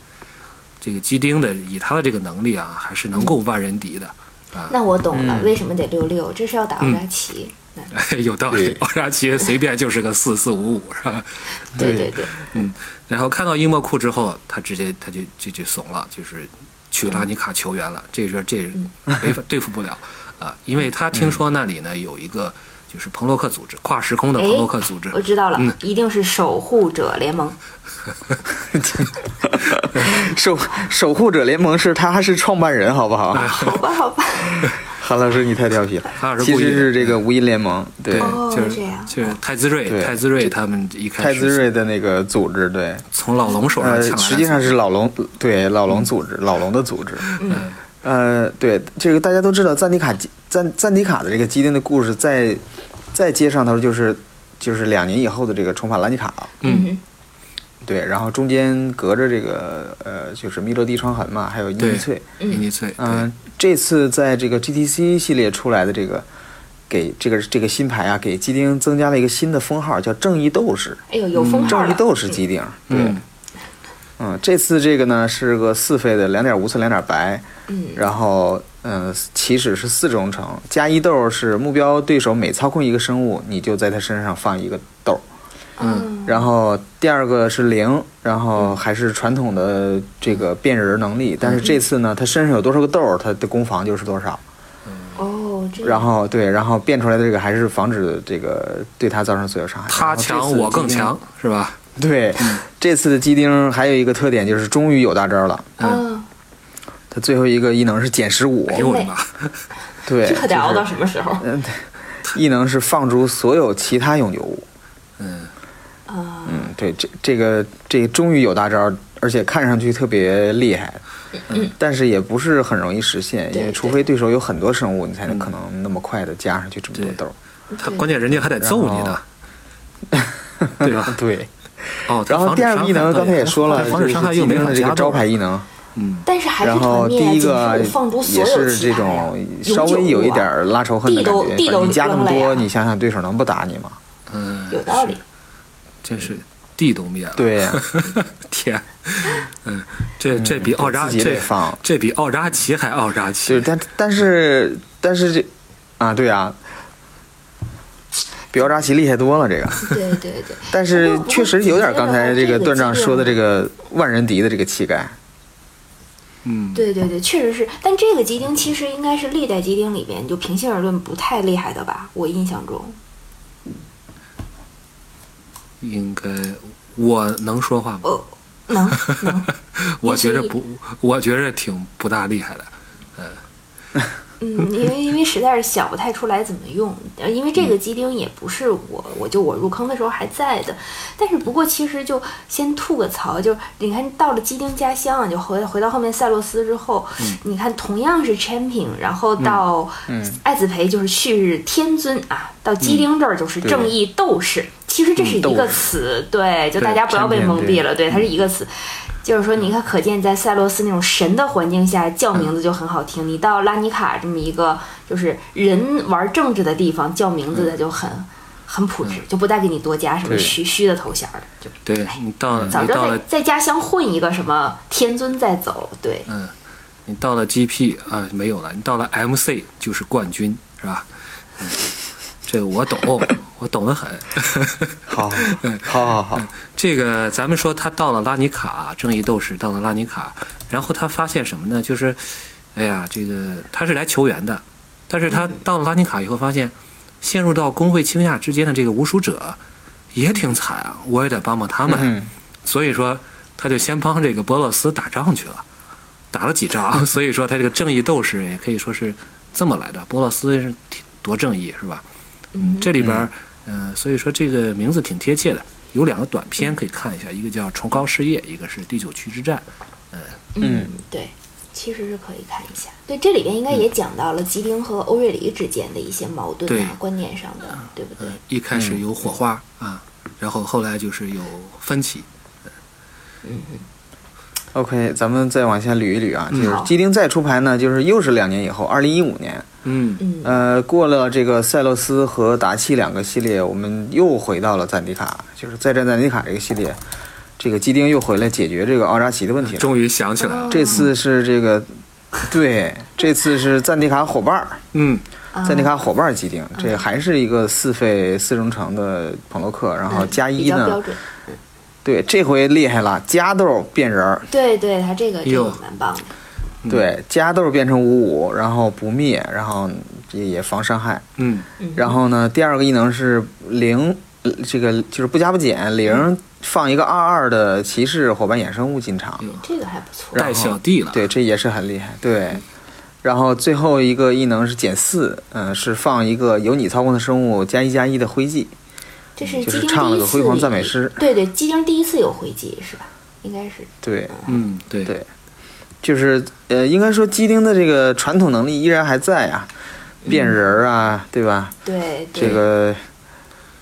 B: 这个基丁的以他的这个能力啊，还是能
A: 嗯
B: 够万人敌的。
C: 那我懂
B: 嗯
C: 了，为什么得六六？这是要打奥扎奇。那
B: 有道理
A: 对，
B: 奥扎奇随便就是个四四五五，是吧？
C: 对
A: 对
C: 对对，
B: 嗯，然后看到伊莫库之后，他直接他就就就怂了，就是去拉尼卡求援
C: 嗯
B: 了。这事儿这没法 对付不了啊，因为他
C: 嗯
B: 听说那里呢有一个就是彭洛克组织，跨时空的
C: 哎
B: 彭洛克组织，
C: 我知道
B: 嗯
C: 了，一定是守护者联盟。
A: 守守护者联盟是他还是创办人，好不好？
C: 好吧，好吧，
A: 韩老师，你太调皮了。
B: 哎韩老师
A: 其
B: 故意
A: 实
B: 的
A: 是这个无垠联盟，对，
C: 哦
B: 就
C: 这
B: 是
C: 样
B: 就是太子睿，
A: 对
B: 太子睿他们一开
A: 太子
B: 始
A: 睿的那个组织，对，
B: 从老龙手上
A: 呃
B: 抢来，的，
A: 实际上是老龙对老
B: 嗯
A: 龙组织，老龙的组织。嗯，呃，对，这个大家都知道，赞迪卡基赞赞迪卡的这个基丁的故事在，在街上头就是就是两年以后的这个重返兰尼卡。
B: 嗯，
A: 对，然后中间隔着这个呃，就是密洛蒂窗痕嘛，还有伊
B: 对
A: 尼翠。
B: 迷你翠，
A: 嗯、这次在这个 GTC 系列出来的这个，给这个这个新牌啊，给基丁增加了一个新的封号，叫正义斗士。
C: 哎呦，有封号
A: 正义
C: 了，
A: 嗯斗士基丁，对，
B: 嗯
A: 嗯，这次这个呢是个四费的，两点无次，两点白，
C: 嗯
A: 然后嗯、呃起始是四种成，加一豆是目标对手每操控一个生物，你就在他身上放一个豆，
B: 嗯
A: 然后第二个是零，然后还是传统的这个变人能力，但是这次呢，他身上有多少个豆，他的攻防就是多少，
C: 哦，这
A: 然后对，然后变出来的这个还是防止这个对他造成所有伤害，然
B: 他
A: 后这
B: 强
A: 次
B: 我更
A: 基丁
B: 强，是吧？
A: 对，这次的基丁还有一个特点就是终于有大招了。
C: 嗯，
A: 他最后一个异能是减十五
B: 哎，呦我的妈！
A: 对，
C: 这得熬到
A: 就是嗯
C: 什么时候
A: 异能是放逐所有其他永久物。
B: 嗯，
C: 啊？
A: 嗯，对，这这个这个终于有大招，而且看上去特别厉害，嗯，但是也不是很容易实现，
C: 对
A: 因为除非对手有很多生物，你才能可能那么快的加上去这么多豆。
B: 他关键人家还得揍你呢，对吧？
A: 对，
B: 哦，他
A: 然后
B: 防止
A: 第二
B: 伤
A: 个异
B: 害
A: 能
B: 对
A: 刚才也说了，
B: 他防止伤
A: 就
B: 害
A: 是
B: 又
A: 基
B: 没
A: 丁
B: 法
A: 的这
B: 加
A: 个
B: 到
A: 招牌异能。
C: 但是还是
A: 然后
C: 团
A: 第
C: 灭啊，
A: 一
C: 警
A: 个
C: 服放逐所
A: 也
C: 有
A: 是
C: 其
A: 这
C: 他呀
A: 种稍微有一点儿拉仇恨的感
C: 永久物啊地
A: 觉，
C: 都
A: 反正你加那么
C: 地都扔了
A: 多，
C: 呀
A: 你想想对手能不打你吗？
B: 嗯，
C: 有道理
B: 是，，真是地都灭了。
A: 对呀，
B: 天，嗯，这这比奥扎
A: 自己得
B: 这
A: 放
B: 这比奥扎奇还奥扎
A: 就是
B: 奇，
A: 但但是但是这啊对啊，比奥扎奇厉害多了这个，
C: 对对对，
A: 但是确实有点刚才这个段丈说的这个万人敌的这个气 概，
B: 嗯，
C: 对对对，确实是。但这个吉丁其实应该是历代吉丁里边就平心而论不太厉害的吧？我印象中，
B: 应该我能说话吗？
C: 哦，能能，
B: 我觉着不，我觉着挺不大厉害的。
C: 嗯，因为因为实在是想不太出来怎么用，呃因为这
A: 嗯
C: 个机钉也不是我，我就我入坑的时候还在的。但是不过其实就先吐个槽，就是你看到了机丁家乡啊，就回回到后面塞洛斯之后，
A: 嗯
C: 你看同样是 champion，然后到艾子培就是旭日天尊啊，到机丁这儿就是正义斗士。其实这是一
A: 嗯斗
C: 个
A: 士
C: 词，对，就大
A: 对
C: 家不要被
A: champion，
C: 蒙
A: 对
C: 蔽了，对，它是一个词。就是说，你看，可见在塞洛斯那种神的环境下叫名字就很好听。你到拉尼卡这么一个就是人玩政治的地方，叫名字的就很、很朴实，就不再给你多加什么
A: 对
C: 虚虚的头衔了。就
B: 对你到了
C: 早
B: 你
C: 知
B: 到
C: 道在
B: 了
C: 在家乡混一个什么天尊再走，对，
B: 嗯，你到了 GP 啊，没有了，你到了 MC 就是冠军，是吧？嗯，这个我懂，我懂得很。
A: 好，好好
C: 嗯
A: 好，
B: 这个咱们说他到了拉尼卡，正义斗士到了拉尼卡，然后他发现什么呢？就是，哎呀，这个他是来求援的，但是他到了拉尼卡以后发现，陷入到工会倾轧之间的这个无赎者也挺惨啊，我也得帮帮他们。
A: 嗯，
B: 所以说他就先帮这个波洛斯打仗去了，打了几仗，所以说他这个正义斗士也可以说是这么来的。波洛斯是挺多正义是吧？嗯，这里边儿，嗯、所以说这个名字挺贴切的。有两个短片可以看一下，一个叫《崇高事业》，一个是《第九区之战》。
A: 嗯，
C: 对，其实是可以看一下。对，这里边应该也讲到了吉丁和欧瑞黎之间的一些矛盾啊
B: 对，
C: 观念上的，对不对？
B: 呃一开始有火花、啊，然后后来就是有分歧。
A: OK，咱们再往下捋一捋啊，就是
C: 嗯好
A: 基丁再出牌呢，就是又是两年以后，二零一五年，
B: 嗯
C: 嗯
A: 呃，过了这个塞洛斯和达契两个系列，我们又回到了赞迪卡，就是再战赞迪卡这个系列，这个基丁又回来解决这个奥扎奇的问题了。
B: 终于想起来
C: 哦
B: 了。
A: 这次是这个，对，这次是赞迪卡伙伴儿，
B: 嗯，
C: 啊
A: 赞迪卡伙伴儿基丁，这还是一个四费四中城的朋洛克，然后加
C: 嗯比
A: 一
C: 较标
A: 呢，
C: 准。
A: 对，这回厉害了，加豆变人儿，
C: 对对，他
A: 哎
C: 这个这
B: 哟
C: 个蛮棒的。
A: 对，加豆变成五五，然后不灭，然后也也防伤害。
B: 嗯
A: 然后呢，第二个异能是零，呃这个就是不加不减，
C: 嗯
A: 零放一个二二的骑士伙伴衍生物进场，
C: 这个还不
A: 嗯
C: 错。
B: 带小弟了。
A: 对，这也是很厉害，对。然后最后一个异能是减四，嗯，是放一个由你操控的生物加一加一的徽记，
C: 这
A: 就
C: 是基
A: 是
C: 丁
A: 唱了
C: 第一
A: 个
C: 次
A: 辉煌
C: 有
A: 赞美诗
C: 对对，基丁第一次有回击是吧？应该是。
A: 对
B: 嗯，对
A: 对，就是呃，应该说基丁的这个传统能力依然还在啊，变人儿啊，对吧？
C: 对对。
A: 这个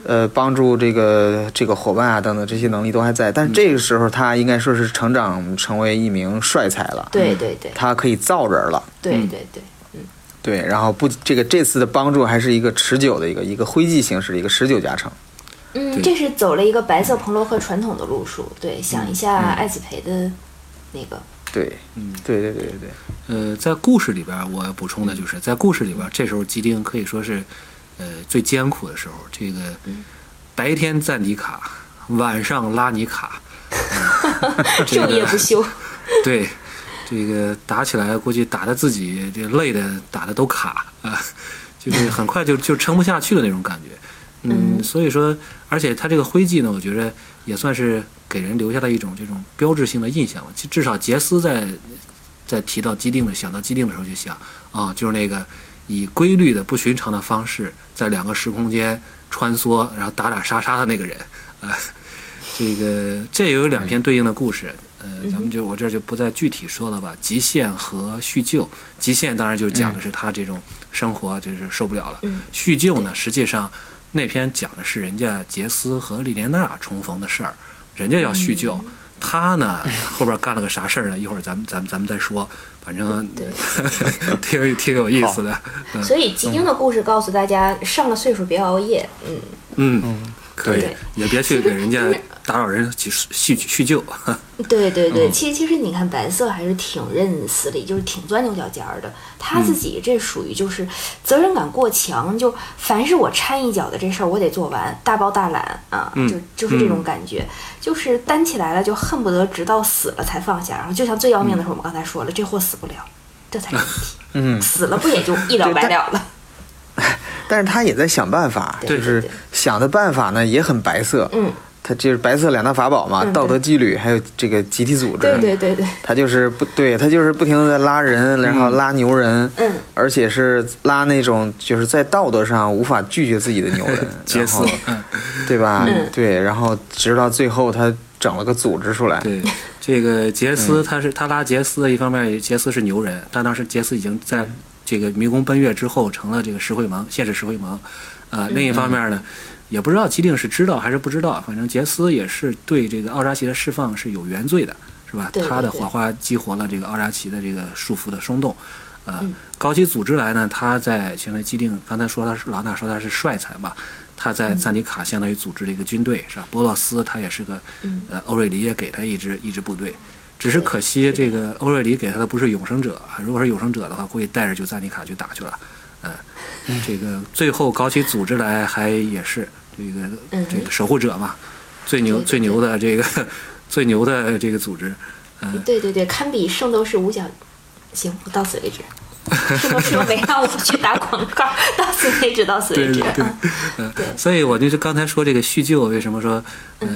A: 呃，帮助这个这个伙伴啊等等这些能力都还在，但是这个时候他应该说是成长成为一名帅才了，嗯
C: 对对对
A: 他可以造人了，
C: 对对对，
A: 对，然后不，这个这次的帮助还是一个持久的一个一个灰烬形式的一个持久加成，
C: 嗯，
B: 对
C: 这是走了一个白色彭罗克传统的路数，对，
A: 嗯
C: 想一下艾子培的那个，
A: 对，
C: 嗯
A: 对对对对对，
B: 呃，在故事里边儿，我补充的就是，在故事里边儿，这时候基丁可以说是，呃，最艰苦的时候。这个白天赞尼卡，晚上拉尼 卡，嗯这个
C: 昼夜不休，
B: 对，这个打起来估计打的自己这累的打的都卡啊、就是很快就就撑不下去的那种感觉。嗯，所以说，而且他这个徽记呢，我觉得也算是给人留下了一种这种标志性的印象了。至至少杰斯在在提到基定的想到基定的时候，就想啊，就是那个以规律的不寻常的方式在两个时空间穿梭，然后打打杀杀的那个人啊、这个这也有两篇对应的故事，呃，
C: 嗯
B: 咱们就我这儿就不再具体说了吧。极限和叙旧，极限当然就讲的是他这种生活就是受不了了，
C: 嗯
B: 叙旧呢实际上那篇讲的是人家杰斯和莉莲娜重逢的事儿，人家要叙旧。
C: 嗯
B: 他呢， 后边干了个啥事儿呢？一会儿咱们咱们咱们再说，反正
C: 嗯
B: 挺有挺有意思的。嗯
C: 所以吉丁的故事告诉大家，上了岁数别熬夜，嗯，
B: 嗯，可以
C: 对，
B: 也别去给人家打扰人叙叙叙旧。
C: 对对对，其实其实你看白色还是挺认死理，就是挺钻牛角尖儿的。他自己这属于就是责任感过强，就凡是我掺一脚的这事儿，我得做完，大包大揽啊，就就是这种感觉，就是担起来了就恨不得直到死了才放下。然后就像最要命的是，我们刚才说了，这货死不了，这才是问题。
A: 嗯。
C: 死了不也就一了百了了？
A: 但是他也在想办法，
C: 对
A: 就是
C: 对对
A: 想的办法呢也很白色。
C: 嗯，
A: 他就是白色两大法宝嘛，
C: 嗯对
A: 道德纪律还有这个集体组织。
C: 对对对对，
A: 他就是不对，他就是不停的在拉人，然后拉牛人，
C: 嗯
A: 而且是拉那种就是在道德上无法拒绝自己的牛 人，
B: 杰斯
A: 然后对吧？
C: 嗯
A: 对，然后直到最后他整了个组织出来，
B: 对，这个杰斯他是他拉杰斯，一方面杰斯是牛人，但当时杰斯已经在这个迷宫奔月之后成了这个石灰盲，现实石灰盲。啊，另一方面呢，也不知道吉定是知道还是不知道，反正杰斯也是对这个奥扎奇的释放是有原罪的，是吧？
C: 对对
B: 他的
C: 对
B: 火花激活了这个奥扎奇的这个束缚的松动。呃，
C: 嗯
B: 高级组织来呢，他在相当于既定，刚才说他是老大说他是帅才嘛，他在
C: 嗯
B: 赞尼卡相当于组织了一个军队，是吧？波洛斯他也是个，
C: 嗯
B: 呃，欧瑞里也给他一支一支部队，只是可惜这个欧瑞里给他的不是永生者啊，如果是永生者的话，估计带着就赞尼卡去打去了，嗯、这个最后高级组织来还也是这个
C: 嗯
B: 这个守护者嘛，最牛
C: 对对
B: 最牛的这个最牛的这个组织，嗯、
C: 对对对，堪比圣斗士五角。行，我到此为止。圣斗士又没让我去打广告，到此为止，到此为止。
B: 对
C: 嗯
B: 嗯
C: 对，
B: 所以我就是刚才说这个叙旧，为什么说，呃，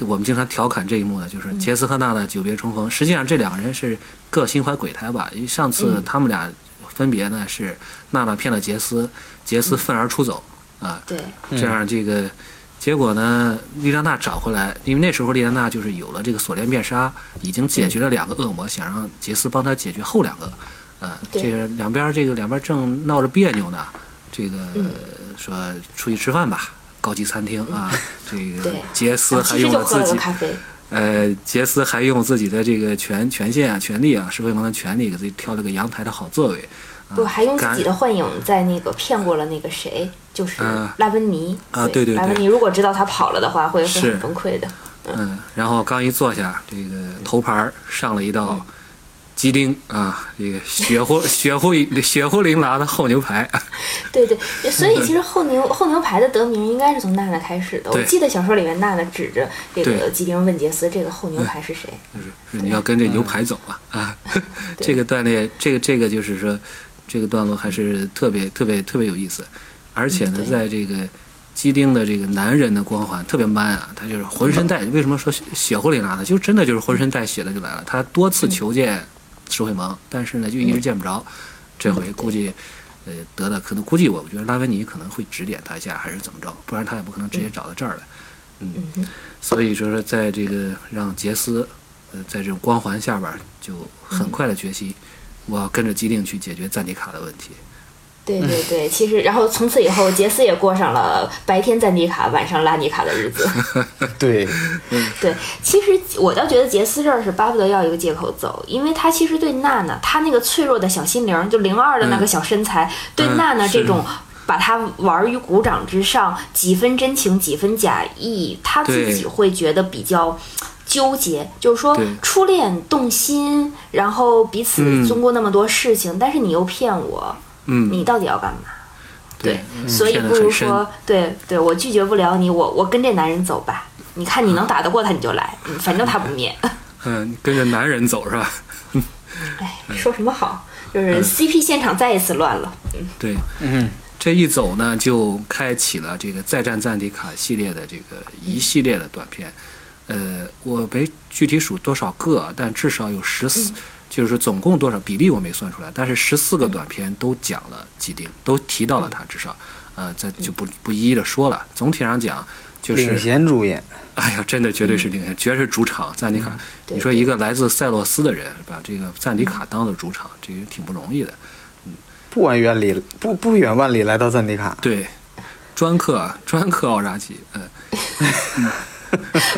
B: 我们经常调侃这一幕呢？就是杰斯和娜娜久别重逢，实际上这两个人是各心怀鬼胎吧？因为上次他们俩分别呢是娜娜骗了杰斯，杰斯愤而出走啊，
C: 对，
B: 这样这个结果呢，莉莲娜找回来，因为那时候莉莲娜就是有了这个锁链变杀，已经解决了两个恶魔，想让杰斯帮他解决后两个。呃，
C: 对
B: 这个两边儿这个两边儿正闹着别扭呢，这个、
C: 嗯
B: 说出去吃饭吧，高级餐厅啊，这个
C: 对啊
B: 杰斯还
C: 其实
B: 用
C: 就
B: 了
C: 喝
B: 自
C: 了
B: 己
C: 个咖啡。
B: 呃，杰斯还用自己的这个权权限啊、权利啊、石灰王的权利给自己挑了个阳台的好座位。
C: 不，还用自
B: 感
C: 己的幻影在那个骗过了那个谁，就是
B: 嗯
C: 拉文尼
B: 啊对对
C: 拉文
B: 对
C: 尼如果知道他跑了的话，会会
B: 是
C: 很崩溃的。
B: 嗯，然后刚一坐下，这个头牌儿上了一道鸡丁啊，这个血乎血乎血乎淋漓的厚牛排，
C: 对对，所以其实后牛后牛排的得名应该是从娜娜开始的。我
B: 对
C: 记得小说里面娜娜指着这个
B: 对
C: 基丁问杰斯，这个后牛排是谁？
B: 就是说你要跟这牛排走啊啊！ 这个锻炼，这个这个就是说，这个段落还是特别特别特别有意思，而且呢，
C: 嗯对
B: 在这个鸡丁的这个男人的光环特别 man 啊，他就是浑身
C: 嗯
B: 带，为什么说血血乎淋漓呢？就真的就是浑身带血的就来了。他多
C: 嗯
B: 次求见石慧盲，但是呢，就一直见不着。这回估计，呃，得到可能估计我，我觉得拉文尼可能会指点他一下，还是怎么着，不然他也不可能直接找到这儿来。嗯，所以说是在这个让杰斯，呃，在这种光环下边儿，就很快的决心，我要跟着基定去解决赞尼卡的问题。
C: 对对对，其实然后从此以后，杰斯也过上了白天在妮卡，晚上拉妮卡的 日子。
A: 对，
C: 对，其实我倒觉得杰斯这儿是巴不得要一个借口走，因为他其实对娜娜，她那个脆弱的小心灵，就零二的
B: 嗯
C: 那个小身材，对娜娜这种把她玩于股掌之上，几分真情几分假意，他自己
B: 对
C: 会觉得比较。纠结，就是说
B: 对
C: 初恋动心，然后彼此
B: 嗯
C: 经过那么多事情，但是你又骗我，
B: 嗯，
C: 你到底要干嘛？对
B: 对，
C: 所以
B: 嗯骗得
C: 不如
B: 很深
C: 说，对对，我拒绝不了你，我我跟这男人走吧。你看你能打得过他，你就来，嗯反正他不灭。
B: 嗯，跟着男人走是吧？
C: 哎，
B: 嗯
C: 说什么好？就是 CP 现场再一次乱了。
B: 对，
A: 嗯，
B: 这一走呢，就开启了这个《再战赞迪卡》系列的这个一系列的短片。呃，我没具体数多少个啊，但至少有十
C: 嗯
B: 四、就是总共多少比例我没算出来，但是十四个短片都讲了既定，都提到了他，至少，呃，这
C: 嗯
B: 就不不一一的说了。总体上讲，就是
A: 领衔主演，
B: 哎呀，真的绝对是领先，绝对是主场。赞迪卡，
C: 嗯对嗯
B: 你说一个来自塞洛斯的人把这个赞迪卡当做主场，这也挺不容易的。
A: 不远万里，不不远万里来到赞迪卡，
B: 对，专克啊专克奥扎奇，嗯，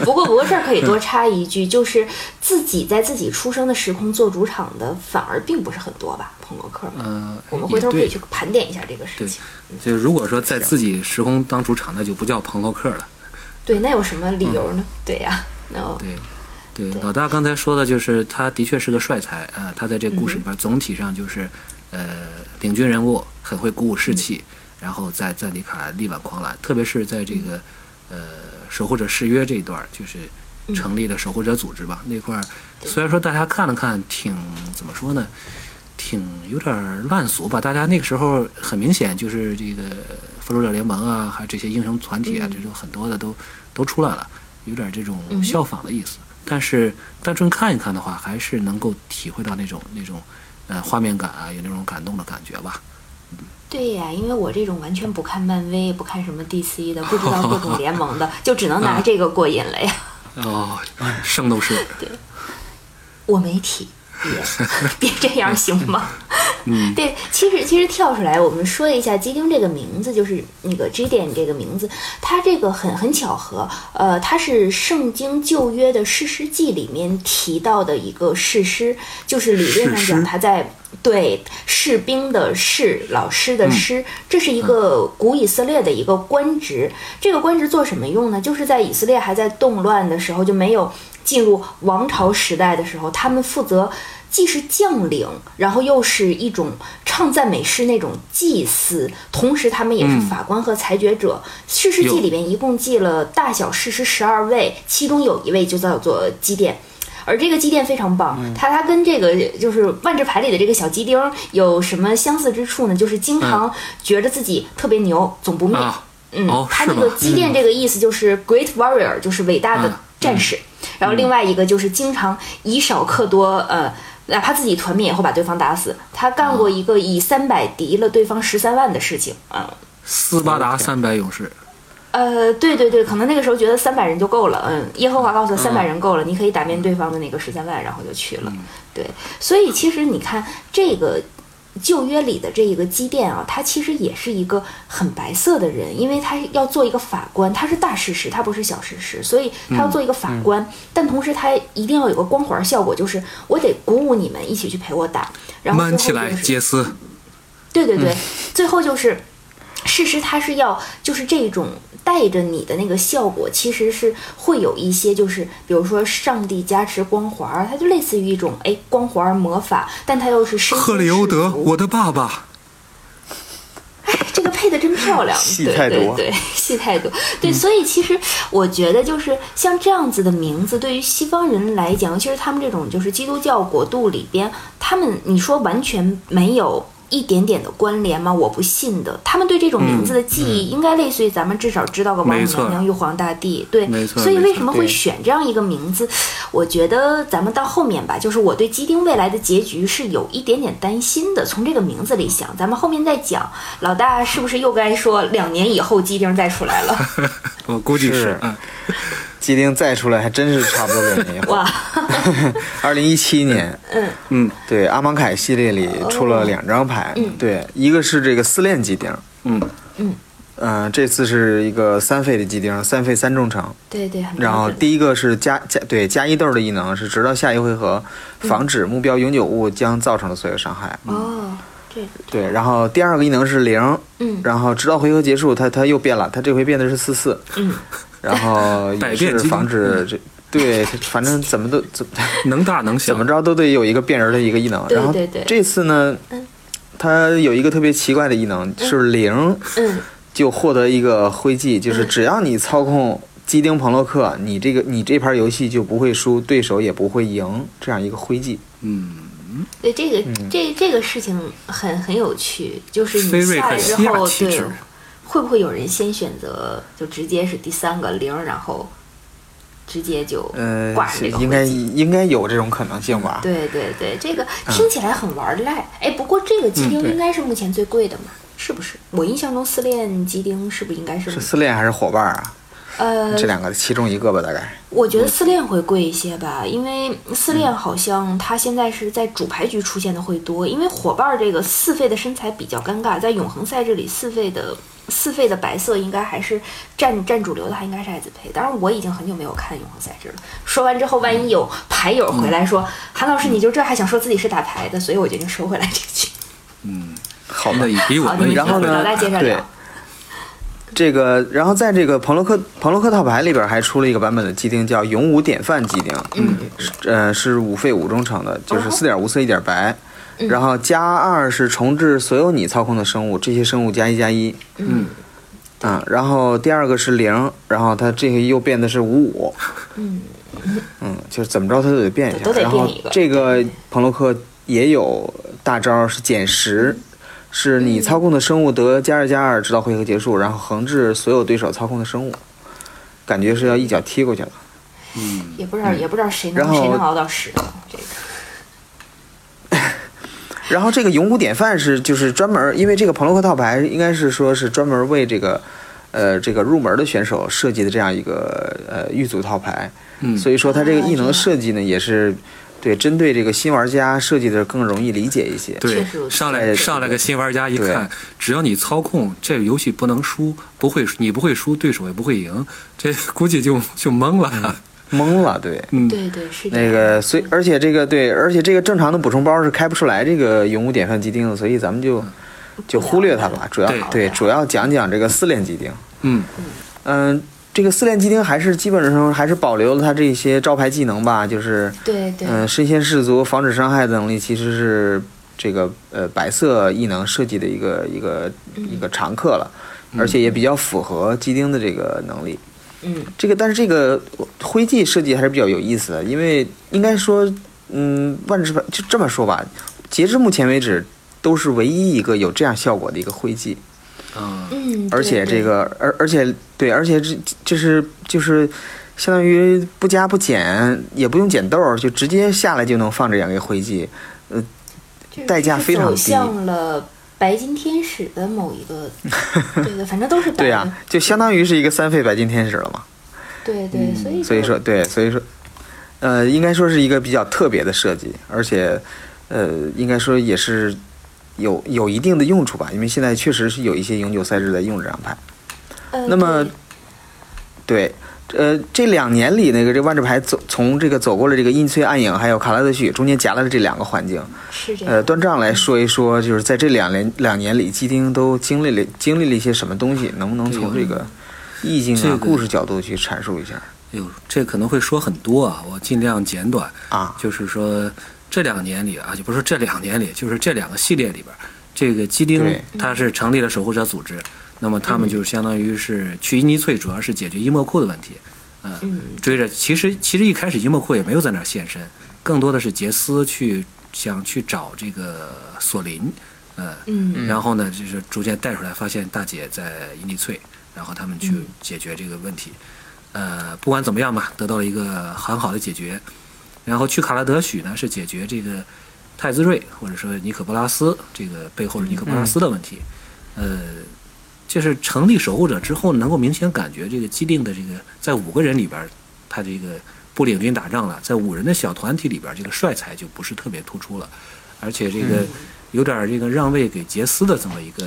C: 不过不过这儿可以多插一句，就是自己在自己出生的时空做主场的，反而并不是很多吧，朋克克们。
B: 呃，
C: 我们回头可
B: 也
C: 以
B: 对
C: 去盘点一下这个事
B: 对
C: 情。，
B: 就如果说在自己时空当主场，那就不叫朋洛克了。
C: 对，那有什么理由呢？ 对呀，那我
B: 嗯对，对，
C: 对
B: 老大刚才说的就是他的确是个帅才啊、呃他在这故事
C: 嗯
B: 里边总体上就是，呃，领军人物，很会鼓舞
C: 嗯
B: 士气，然后在赞迪卡力挽狂澜，特别是在这个
C: 嗯
B: 呃守护者誓约这一段儿，就是成立的守护者组织吧、那块儿，虽然说大家看了看挺怎么说呢，挺有点儿烂俗吧。大家那个时候很明显就是这个复仇者联盟啊，还有这些英雄团体啊，这种很多的都都出来了，有点儿这种效仿的意思。但是单纯看一看的话，还是能够体会到那种那种呃画面感啊，有那种感动的感觉吧。
C: 对呀、因为我这种完全不看漫威、不看什么 DC 的，不知道各种联盟的，就只能
B: 嗯
C: 拿这个过瘾了呀。
B: 哦，圣斗士，
C: 我没提，别别这样行吗？ 对，其实其实跳出来，我们说一下基丁这个名字，就是那个 G 点这个名字，它这个很很巧合，呃，它是圣经旧约的士师记里面提到的一个士师，就是理论上
B: 士
C: 讲，
B: 师
C: 它在对士兵的士，老师的师，这是一个古以色列的一个官职。这个官职做什么用呢？就是在以色列还在动乱的时候，就没有进入王朝时代的时候，他们负责既是将领，然后又是一种唱赞美诗那种祭司，同时他们也是法官和裁决者。士师记
B: 有
C: 里面一共记了大小士师十二位，其中有一位就叫做基甸。而这个基甸非常棒，
B: 嗯
C: 它它跟这个就是万智牌里的这个小鸡丁儿有什么相似之处呢？就是经常觉得自己特别牛，总不
B: 嗯
C: 灭。
B: 啊，
C: 嗯，
B: 哦
C: 它
B: 是
C: 这个
B: 吗嗯
C: 基甸这个意思就是 great warrior，就是伟大的战士。然后另外一个就是经常以少克多，呃，哪怕自己团灭也会把对方打死。他
B: 啊
C: 干过一个以三百敌了对方十三万的事情啊。
B: 斯巴达三百勇士，
C: 呃，对对对，可能那个时候觉得三百人就够了，嗯，耶和华告诉三百人够了，你可以打遍对方的那个十三万，然后就去了，
B: 嗯
C: 对，所以其实你看这个旧约里的这一个基甸啊，他其实也是一个很白色的人，因为他要做一个法官，他是大事实，他不是小事实，所以他要做一个法官，
B: 嗯
C: 但同时他一定要有个光环效果，就是我得鼓舞你们一起去陪我打，然后最
B: 闷
C: 后
B: 起来，
C: 就是
B: 杰斯，
C: 对对
B: 嗯
C: 对，最后就是，事实它是要就是这种带着你的那个效果，其实是会有一些就是，比如说上帝加持光环儿，它就类似于一种哎光环儿魔法，但它又是身
B: 赫
C: 先
B: 里欧
C: 士
B: 德，
C: 卒
B: 我的爸爸。
C: 这个配的真漂亮，
A: 戏
C: 对
A: 太
C: 对
A: 多嗯
C: 对，戏太多，对，所以其实我觉得就是像这样子的名字，对于西方人来讲，尤其是他们这种就是基督教国度里边，他们你说完全没有。一点点的关联吗？我不信的。他们对这种
A: 嗯
C: 名字的记忆，应该类似于咱们至少知道个王母
B: 没错
C: 娘娘、玉皇大帝，对。
B: 没错
C: 所以
B: 没
C: 为
B: 错
C: 什么会
A: 对
C: 选这样一个名字？我觉得咱们到后面吧，就是我对基丁未来的结局是有一点点担心的。从这个名字里想，咱们后面再讲。老 大是不是又该说两年以后基丁再出来了？
B: 我估计是
A: 是，
B: 嗯，
A: 吉丁再出来还真是差不多两年以后。
C: 哇，
A: 二零一七年，
C: 嗯哦
B: 嗯
A: 对阿芒凯系列里出了两张牌，
C: 嗯
A: 对，一个是这个四链机丁，
B: 嗯，
C: 嗯，
A: 嗯、这次是一个三费的机丁，三费三中成。
C: 对对，很
A: 然后
C: 标准
A: 第一个是加加对加一豆的异能是直到下一回合防止目标永久物将造成的所有伤害。
C: 嗯哦，这
A: 对，然后第二个异能是零，
C: 嗯
A: 然后直到回合结束，它它又变了，它这回变的是四四，
C: 嗯
A: 然后也
B: 百变嗯
A: 是
B: 机灵
A: 防止这对，它反正怎么都 怎么
B: 能大能小
A: 怎么，着都得有一个变人的一个异能。
C: 对
A: 然后
C: 对对
A: 这次呢
C: 嗯，
A: 它有一个特别奇怪的异能，是零
C: 嗯
A: 就获得一个徽记，就是只要你操控基丁彭洛克，你这个你这盘游戏就不会输，对手也不会赢，这样一个徽记。
B: 嗯，
C: 对这个、
A: 嗯
C: 这这个事情很很有趣，就是
B: 菲
C: 你
B: 瑞
C: 下来
B: 克
C: 之
B: 西亚
C: 后，
B: 体
C: 对
B: 制，
C: 会不会有人先选择就直接是第三个零，然后直接就
A: 呃
C: 挂上这，个
A: 应该
C: 回击
A: 应该有这种可能性吧？
C: 对对对，这个听起来很玩赖。哎、不过这个机钉
B: 对
C: 应该是目前最贵的嘛，是不是？我印象中四链机钉是不是应该是
A: 是撕裂还是伙伴啊？
C: 呃，
A: 这两个其中一个吧，大概。
C: 我觉得四链会贵一些吧，
A: 嗯
C: 因为四链好像它现在是在主牌局出现的会多，因为伙伴儿这个四费的身材比较尴尬，在永恒赛这里四费的四费的白色应该还是占占主流的，还应该是艾子培。当然我已经很久没有看永恒赛制了。说完之后，万一有牌友回来
A: 嗯
C: 说、韩老师你就这还想说自己是打牌的，所以我决 定收回来这句。
A: 好吧
B: 那，也比我
C: 好，你
B: 们
C: 们
A: 然后
C: 回
A: 呢
C: 头再接着
A: 对
C: 聊。
A: 这个，然后在这个彭洛克彭洛克套牌里边还出了一个版本的机丁，叫勇武典范机丁，嗯，呃是五费五中成的，就是四点无色一点白，然后加二是重置所有你操控的生物，这些生物加一加一，
B: 嗯
A: 啊，然后第二个是零，然后它这个又变的是五五，
C: 嗯
A: 嗯，就是怎么着它都得变一下，
C: 都得
A: 然
C: 变
A: 后
C: 一个
A: 这个彭洛克也有大招是减十。是你操控的生物得加二加二，直到回合结束，然后横置所有对手操控的生物，感觉是要一脚踢过去了。
C: 也不知道也不知道谁
A: 嗯
C: 能
A: 然后
C: 谁能熬到十啊，这个
A: 然后这个永古典范是就是专门，因为这个彭洛克套牌应该是说是专门为这个，呃，这个入门的选手设计的这样一个呃预组套牌，
B: 嗯，
A: 所以说它这个
C: 啊
A: 异
C: 这
A: 能
C: 样
A: 设计呢也是对针对这个新玩家设计的更容易理解一些。
B: 对
C: 确实有，
B: 上
A: 对
B: 来上来个新玩家一看，只要你操控这个游戏不能输，不会你不会输，对手也不会赢，这 估计就就懵了。
A: 懵了，对。
B: 嗯，
C: 对对是这样
A: 那个，所以而且这个对，而且这个正常的补充包是开不出来这个永无典范机钉的，所以咱们就就忽略它吧。
C: 嗯
A: 主要
B: 嗯对
A: 对，主要讲讲这个四链机钉。
B: 嗯，
A: 嗯，这个四链机钉还是基本上还是保留了它这些招牌技能吧，就是
C: 对对
A: 嗯、身先士卒、防止伤害的能力其实是这个呃白色异能设计的一个一个
C: 嗯
A: 一个常客了，而且也比较符合机钉的这个能力。
C: 嗯
A: 这个，但是这个徽记设计还是比较有意思的，因为应该说，嗯，万智牌就这么说吧，截至目前为止，都是唯一一个有这样效果的一个徽记，
B: 啊，
C: 嗯，
A: 而
C: 对
A: 且
C: 对
A: 这个，而而且对，而且这这是就是相当于不加不减，也不用减豆儿，就直接下来就能放这两个徽记，
C: 这
A: 代价非常低
C: 走向了白金天使的某一 个，对对，反正都是白的
A: 对啊呀、就相当于是一个三费白金天使了嘛。
C: 对对，所以
A: 嗯所以
C: 就
A: 说，对，所以说，呃，应该说是一个比较特别的设计，而且，呃，应该说也是有有一定的用处吧，因为现在确实是有一些永久赛制在用这张牌。
C: 呃
A: 那么，对，呃，这两年里那个这万智牌走从这个走过了这个阴催暗影，还有卡拉德许中间夹了这两个环境，
C: 对是这样，
A: 呃，端账来说一说，就是在这两年两年里，基丁都经历了经历了一些什么东西，能不能从这个意境啊、
B: 这个
A: 故事角度去阐述一下啊
B: 哎呦，这可能会说很多啊，我尽量简短。
A: 啊？
B: 就是说这两年里啊，就不是说这两年里，就是这两个系列里边儿，这个基丁
A: 对
B: 它是成立了守护者组织，那么他
C: 嗯
B: 们就相当于是去伊尼翠，主要是解决伊莫库的问题，嗯，追着其实其实一开始伊莫库也没有在那儿现身，更多的是杰斯去想去找这个索林，嗯，
C: 嗯
B: 然后呢，就是逐渐带出来，发现大姐在伊尼翠，然后他们去解决这个问题。呃，不管怎么样吧，得到了一个很好的解决。然后去卡拉德许呢，是解决这个泰兹瑞或者说尼可波拉斯这个背后是尼可波拉斯的问题。呃，就是成立守护者之后，能够明显感觉这个既定的这个在五个人里边儿他这个不领军打仗了，在五人的小团体里边，这个帅才就不是特别突出了，而且这
C: 嗯
B: 个有点这个让位给杰斯的这么一个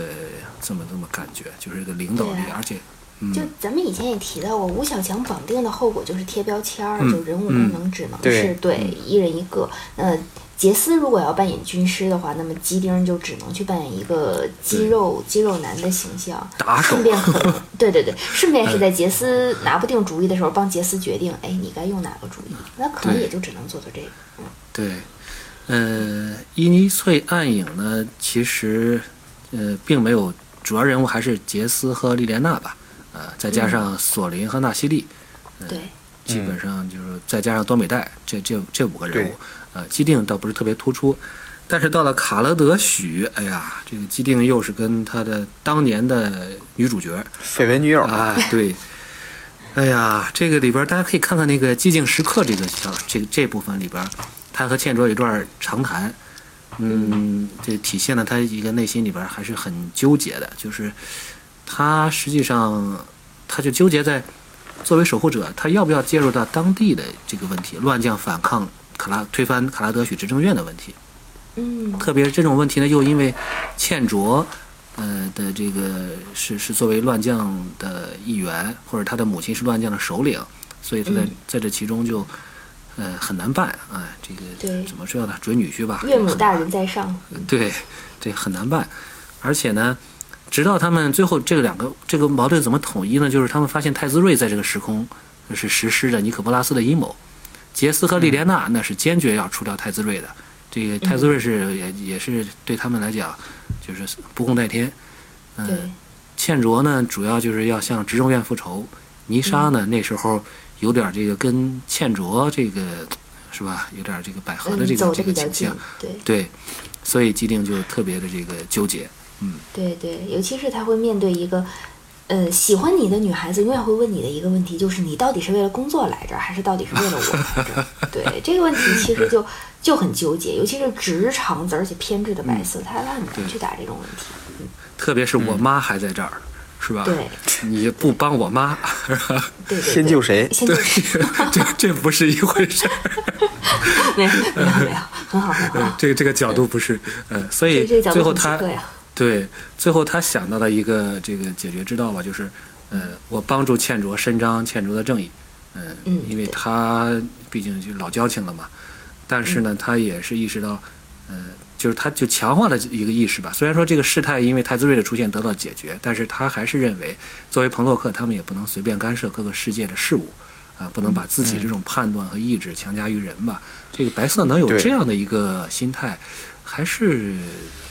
B: 这么这么感觉，就是这个领导力
C: 对，啊
B: 而且嗯
C: 就咱们以前也提到过，吴小强绑定的后果就是贴标签儿，就人物功能只能
A: 嗯对嗯
C: 是对一人一个。那杰斯如果要扮演军师的话，那么基丁就只能去扮演一个肌肉肌肉男的形象，
B: 打手
C: 顺便可能对 对对，顺便是在杰斯
B: 嗯
C: 拿不定主意的时候帮杰斯决定，哎，你该用哪个主意，那可能
B: 对
C: 也就只能做做这个。嗯
B: 对，呃，伊尼翠暗影呢，其实呃并没有主要人物还是杰斯和莉莲娜吧，呃，再
C: 嗯
B: 加上索林和纳西利，嗯
C: 对，
B: 基本上就是再加上多美代这这这五个人物
A: 对，
B: 呃，基定倒不是特别突出，但是到了卡勒德许，哎呀，这个基定又是跟他的当年的女主角
A: 绯闻女友，
B: 啊，对，哎呀，这个里边大家可以看看那个《寂静时刻》这个小这个这部分里边，他和倩卓有一段长谈，嗯，这体现了他一个内心里边还是很纠结的，就是他实际上他就纠结在作为守护者，他要不要介入到当地的这个问题，乱将反抗卡拉推翻卡拉德许执政院的问题。
C: 嗯
B: 特别是这种问题呢，又因为倩卓，呃的这个是是作为乱将的一员，或者他的母亲是乱将的首领，所以他在、
C: 嗯
B: 在这其中就，呃很难办啊、这个
C: 对
B: 怎么说呢？准女婿吧，
C: 岳母
B: 很
C: 大
B: 难
C: 人在上，
B: 对，这很难办。而且呢，直到他们最后这个两个这个矛盾怎么统一呢？就是他们发现泰兹瑞在这个时空是实施着尼可波拉斯的阴谋，杰斯和莉莲娜那是坚决要除掉泰兹瑞的。这个泰兹瑞是也也是对他们来讲就是不共戴天。嗯、
C: 对，
B: 倩卓呢，主要就是要向执政院复仇。泥沙
C: 嗯
B: 呢，那时候有点这个跟倩卓这个是吧，有点这个百合的这个、
C: 嗯，走的
B: 这个
C: 比较
B: 倾
C: 近
B: 向。，
C: 对。
B: 对，所以既定就特别的这个纠结。
C: 对对，尤其是他会面对一个，呃，喜欢你的女孩子永远会问你的一个问题，就是你到底是为了工作来这儿，还是到底是为了我来这儿？ 对这个问题其实就就很纠结，尤其是直肠子而且偏执的白
B: 嗯
C: 色，他他很难去打这种问题。
B: 特别是我妈还在这儿，是吧？
C: 对，
B: 你不帮我妈， 是吧？
C: 对对对，
A: 先救 谁
C: 先救谁？
B: 这这不是一回事儿，
C: 没有没有没有，很好很好。
B: 这个这个角度不是，呃，所
C: 这
B: 以
C: 这个角
B: 最
C: 度
B: 后
C: 很奇啊
B: 他
C: 特呀。
B: 对最后他想到了一个这个解决之道吧，就是，呃，我帮助倩卓伸张倩卓的正义，嗯，
C: 嗯
B: 因为
C: 对
B: 他毕竟就老交情了嘛，但是呢，他也是意识到，呃，就是他就强化了一个意识吧。虽然说这个事态因为泰兹瑞的出现得到解决，但是他还是认为，作为彭洛克，他们也不能随便干涉各个世界的事务，啊、不能把自己这种判断和意志强加于人吧。这个白色能有
A: 对
B: 这样的一个心态，还是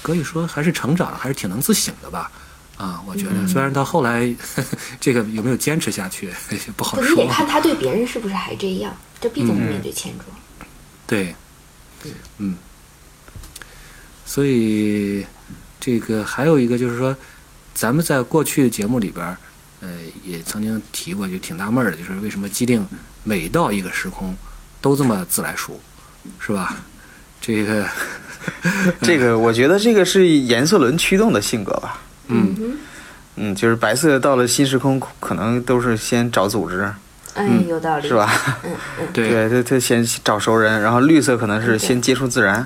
B: 可以说还是成长，还是挺能自省的吧。啊，我觉得虽然到后来， 呵呵这个有没有坚持下去也不好
C: 可你
B: 说
C: 得。看他对别人是不是还这样，这毕
B: 嗯
C: 竟是面对欠卓。
B: 对，嗯，所以这个还有一个就是说，咱们在过去的节目里边儿，呃，也曾经提过，就挺纳闷儿的，就是为什么既定每到一个时空都这么自来熟，是吧？这个，
A: 这个我觉得这个是颜色轮驱动的性格吧。
C: 嗯哼，
A: 嗯，就是白色到了新时空，可能都是先找组织，
C: 哎，有道理，
A: 是吧？？
C: 嗯嗯，
B: 对，
A: 对，他他先找熟人，然后绿色可能是
C: 对
A: 先接触自然。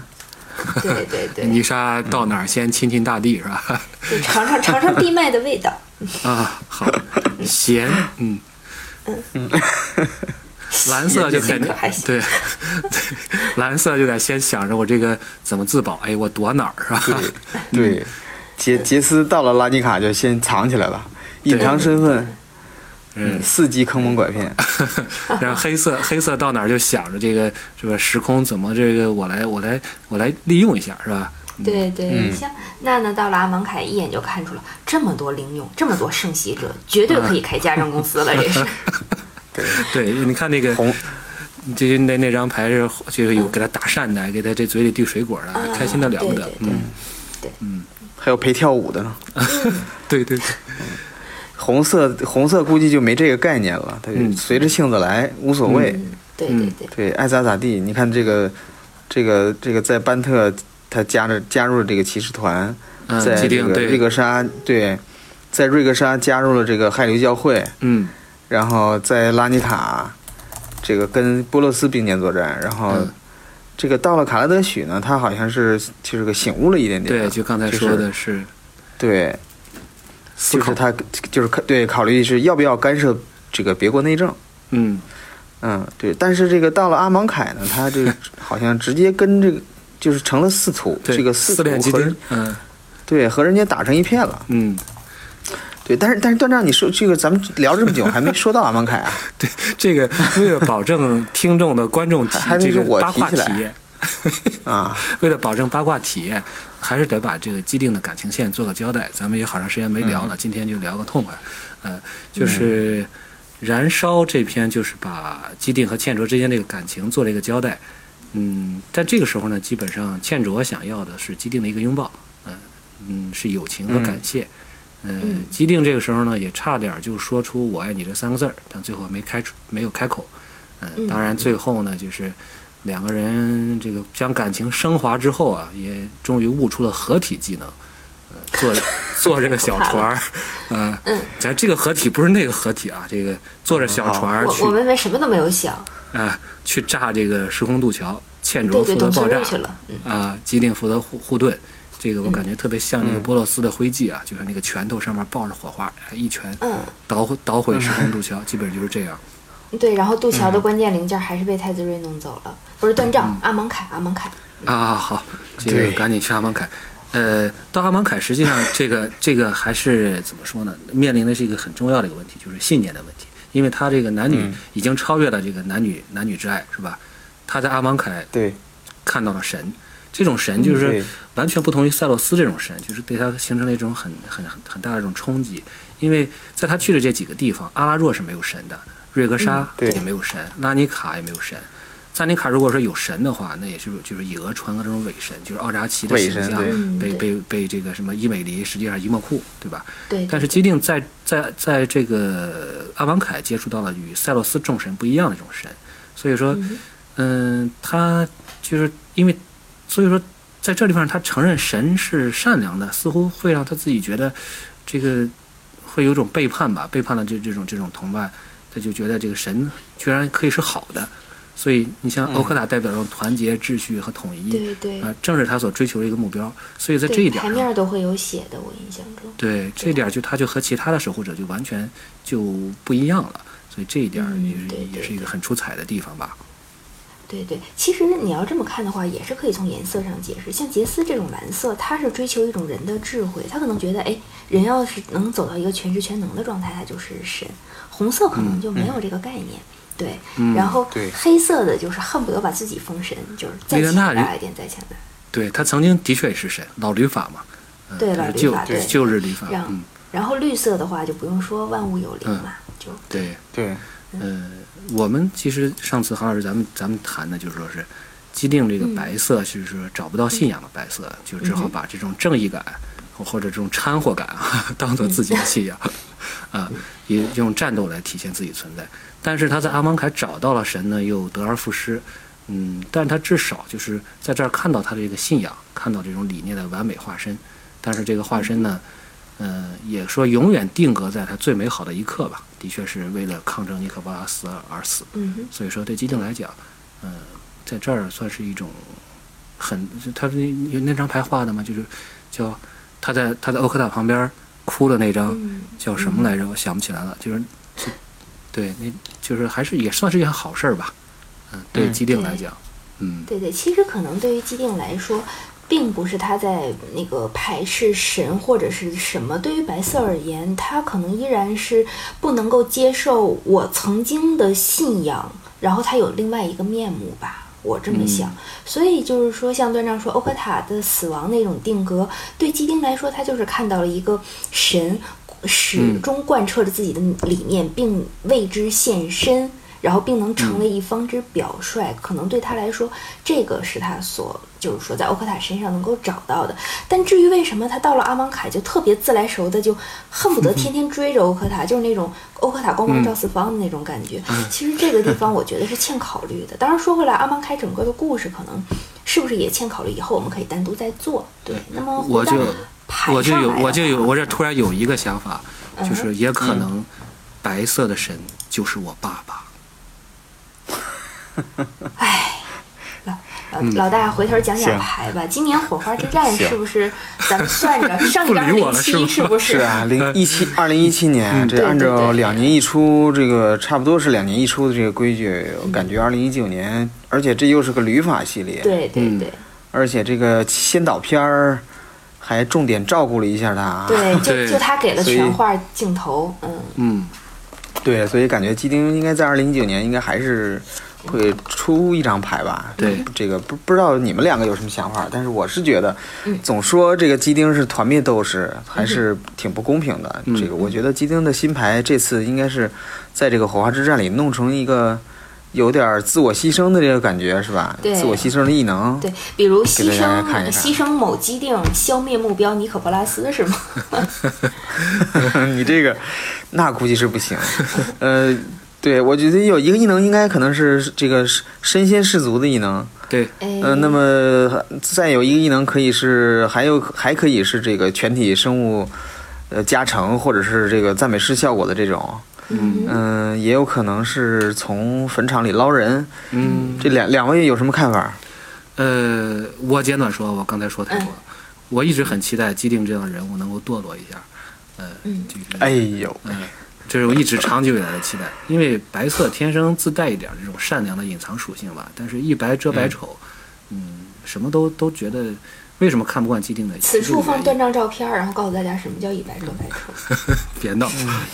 C: 对对 对。
B: 泥沙到哪儿先亲近大地，是吧？
C: 就尝尝尝尝闭麦的味道。
B: 啊，好，咸，嗯，蓝色就肯定
C: 还行
B: 对，对， 蓝色就得先想着我这个怎么自保，哎，我躲哪儿是吧？ 嗯
A: 对，杰杰斯到了拉尼卡就先藏起来了，隐藏身份，
B: 嗯，
A: 伺机坑蒙拐骗。
B: 然后黑色黑色到哪儿就想着这个是吧？时空怎么这个我来我来我来利用一下是吧？
C: 对对，
A: 嗯
C: 像娜娜到了阿芒凯，一眼就看出了这么多灵勇，这么多圣袭者，绝对可以开家政公司
B: 嗯
C: 了。这 是，
B: 对，你看那 个
A: 红
B: 这这那那张牌是就是有给他打扇的，给他这嘴里递水果的，开心的了不得
C: 对，对对
B: 嗯，
A: 还有陪跳舞的呢。
B: 对对对。
A: 红色红色估计就没这个概念了，他就
B: 嗯
A: 随着性子来，无所谓。
C: 嗯对对对，
A: 对，爱咋咋地。你看这个，这个，这个在班特，他加着加入了这个骑士团，
B: 嗯
A: 在
B: 既
A: 这
B: 定
A: 个
B: 对
A: 瑞格莎，对，在瑞格莎加入了这个亥流教会，
B: 嗯
A: 然后在拉尼塔，这个跟波洛斯并肩作战，然后
B: 嗯
A: 这个到了卡拉德许呢，他好像是就是个醒悟了一点点，
B: 对，就刚才说的是，
A: 对，
B: 思
A: 就是
B: 考，
A: 他就是考对考虑是要不要干涉这个别国内政，
B: 嗯，
A: 嗯，对，但是这个到了阿芒凯呢，他这个好像直接跟这个 就是成了四徒，
B: 对，
A: 这个
B: 四
A: 徒
B: 链基
A: 和
B: 丁，嗯
A: 对和人家打成一片了，
B: 嗯，
A: 对，但是但是段章，你说这个咱们聊这么久还没说到阿芒凯啊，
B: 对，这个为了保证听众的观众体
A: 还还
B: 这
A: 是
B: 个
A: 我
B: 八
A: 提
B: 卦
A: 起来
B: 体验，
A: 啊，
B: 为了保证八卦体验，还是得把这个既定的感情线做个交代。咱们也好长时间没聊
A: 嗯
B: 了，今天就聊个痛快。呃，就是《
C: 嗯
B: 燃烧》这篇，就是把基定和倩卓之间这个感情做了一个交代。嗯，在这个时候呢，基本上倩卓想要的是基定的一个拥抱，嗯、嗯，是友情和感谢。嗯、
C: 嗯
B: 基定这个时候呢，也差点就说出“我爱你”这三个字儿，但最后没开出，没有开口。嗯，
C: 嗯
B: 当然最后呢，就是两个人这个将感情升华之后啊，也终于悟出了合体技能，呃，坐 坐这个小船 儿，呃，
C: 嗯
B: 咱这个合体不是那个合体啊，这个坐着小船儿去
C: 我我们们什么都没有想，
B: 啊去炸这个时空渡桥，欠
C: 对
B: 卓
C: 对，
B: 负责
C: 董存
B: 爆炸
C: 瑞去了，嗯
B: 啊，基定负责护护盾。这个我感觉特别像那个波洛斯的徽记啊，就是那个拳头上面抱着火花，哎一拳
C: 嗯，
B: 捣毁捣毁时空渡桥，基本就是这样。
C: 对，然后渡
B: 嗯
C: 桥的关键零件还是被太子睿弄走了，不是断杖，阿芒凯，阿芒凯，
B: 啊，好，这个
A: 对
B: 赶紧去阿芒凯。呃，到阿芒凯，实际上这个这个还是怎么说呢？面临的是一个很重要的一个问题，就是信念的问题，因为他这个男女已经超越了这个男女、男女之爱，是吧？他在阿芒凯
A: 对，
B: 看到了神，这种神就
A: 嗯
B: 是
A: 对
B: 完全不同于赛洛斯这种神，就是对他形成了一种很很很很大的一种冲击。因为在他去的这几个地方，阿拉若是没有神的，瑞格莎
A: 嗯对
B: 也没有神，拉尼卡也没有神。萨尼卡如果说有神的话，那也是就是以讹传讹这种伪神，就是奥扎奇的
A: 伪
B: 形
A: 神
B: 象
A: 对
C: 嗯
B: 被
C: 对
B: 被被这个什么伊美尼，实际上伊莫库，对吧？
C: 对，
B: 但是基定在在在这个阿芒凯接触到了与赛洛斯众神不一样的这种神，所以
C: 嗯
B: 说，嗯，他就是因为，所以说在这地方他承认神是善良的，似乎会让他自己觉得这个会有种背叛吧，背叛了这这种这种同伴，他就觉得这个神居然可以是好的，所以你像欧科塔代表着团结、秩序和统一，
C: 嗯对对
B: 啊、正是他所追求的一个目标，所以在
C: 对
B: 这一点
C: 牌
B: 上。
C: 面都会有写的，我印象中，
B: 对，这点儿就他就和其他的守护者就完全就不一样了，所以这一点儿
C: 嗯
B: 也是、
C: 对对
B: 也是一个很出彩的地方吧。
C: 对对，其实你要这么看的话，也是可以从颜色上解释。像杰斯这种蓝色，他是追求一种人的智慧，他可能觉得，哎，人要是能走到一个全知全能的状态，他就是神。红色可能就
B: 嗯
C: 没有这个概念，对。然后
A: 对
C: 黑色的就是恨不得把自己封神，就是再
B: 维伦
C: 强
B: 纳人
C: 大一点，再强大。
B: 对他曾经的确也是神，老律法嘛，嗯
C: 对
B: 就是
C: 老律
B: 旧
C: 法对
B: 旧日律法，
C: 然后、
B: 嗯，
C: 然后绿色的话就不用说，万物有灵
B: 嗯
C: 嘛，就
B: 对，
A: 对，
B: 呃，我们其实上次韩老师咱们咱们谈的就是说是。既定这个
C: 嗯
B: 白色就是说找不到信仰的白色，就只好
C: 嗯哼
B: 把这种正义感或或者这种掺和感啊 当做自己的信仰。啊，也用战斗来体现自己存在。但是他在阿芒凯找到了神呢，又得而复失。嗯，但他至少就是在这儿看到他的这个信仰，看到这种理念的完美化身。但是这个化身呢，呃，也说永远定格在他最美好的一刻吧。的确是为了抗争尼可波拉斯而死。
C: 嗯哼，
B: 所以说对基定来讲，嗯、在这儿算是一种很，他那那张牌画的嘛，就是叫他在他在欧科塔旁边哭的那张
C: 嗯
B: 叫什么来着？我想不起来了，就是就对，那就是还是也算是一件好事儿吧，嗯、对
A: 嗯
B: 基定来
C: 对
B: 讲，嗯，
C: 对对，其实可能对于基定来说，并不是他在那个排斥神或者是什么。对于白色而言，他可能依然是不能够接受我曾经的信仰，然后他有另外一个面目吧。我这么想，所以就是说，像段章说欧科塔的死亡那种定格，对基丁来说，他就是看到了一个神始终贯彻着自己的理念，并为之献身，然后并能成为一方
B: 嗯
C: 之表率。可能对他来说，这个是他所就是说在欧科塔身上能够找到的。但至于为什么他到了阿芒凯就特别自来熟的，就恨不得天天追着欧科
B: 嗯
C: 塔，就是那种欧科塔光芒照四方的那种感觉。其实这个地方我觉得是欠考虑的。当然说回来，阿芒凯整个的故事可能是不是也欠考虑，以后我们可以单独再做。对，那么回
B: 我
C: 到
B: 就
C: 牌
B: 我就
C: 上
B: 有
C: 来的
B: 我就有
C: 话
B: 我这突然有一个想法，
C: 嗯
B: 就是也可能白色的神就是我爸爸。
C: 唉，老老呃老大回头讲讲
A: 行
C: 牌吧。今年火花之战
A: 行
C: 是不是咱们 算着上
B: 不理
C: 张
B: 我
C: 零
B: 了是
C: 七
B: 吗
C: 是不
A: 是
C: 是？
A: 啊，零一七二零一七年，
C: 对
A: 这
C: 对
A: 按照
C: 对
A: 两年一出，这个差不多是两年一出的这个规矩，我感觉二零一九年，而且这又是个旅法系列，，
C: 对对对
A: 而且这个先导片儿还重点照顾了一下他，啊
C: 对，就
B: 对
C: 就他给了
A: 所以
C: 全画镜头，嗯，
B: 嗯，
A: 对，所以感觉基丁应该在二零一九年应该还是会出一张牌吧。
B: 对
A: 这个不不知道你们两个有什么想法，但是我是觉得，
C: 嗯
A: 总说这个基丁是团灭斗士，还是挺不公平的。
C: 嗯
A: 这个我觉得基丁的新牌这次应该是在这个火花之战里弄成一个有点儿自我牺牲的这个感觉，是吧？
C: 对
A: 自我牺牲的异能。
C: 对，比如牺
A: 给大
C: 牲
A: 家看一看
C: 牺牲某基定消灭目标尼可波拉斯是吗？
A: 你这 个，那估计是不行。呃，对我觉得有一个异能应该可能是这个身先士卒的异能。
B: 对，
C: 哎，
A: 嗯，那么再有一个异能可以是，还有还可以是这个全体生物，呃，加成或者是这个赞美诗效果的这种，
C: 嗯哼
A: 嗯、也有可能是从坟场里捞人。
B: 嗯，
A: 这两两位有什么看法？
B: 呃，我简短说，我刚才说太多了。
C: 嗯
B: 我一直很期待基定这样的人物能够堕落一下，呃，
C: 嗯
B: 就是
A: 哎呦，
B: 嗯，这是我一直长久以来的期待，因为白色天生自带一点这种善良的隐藏属性吧，但是一白遮百丑，嗯什么都都觉得为什么看不惯既定的？
C: 此处放
B: 一定
C: 断
B: 原因
C: 章照片儿，然后告诉大家什么叫一白遮百丑。
B: 别闹，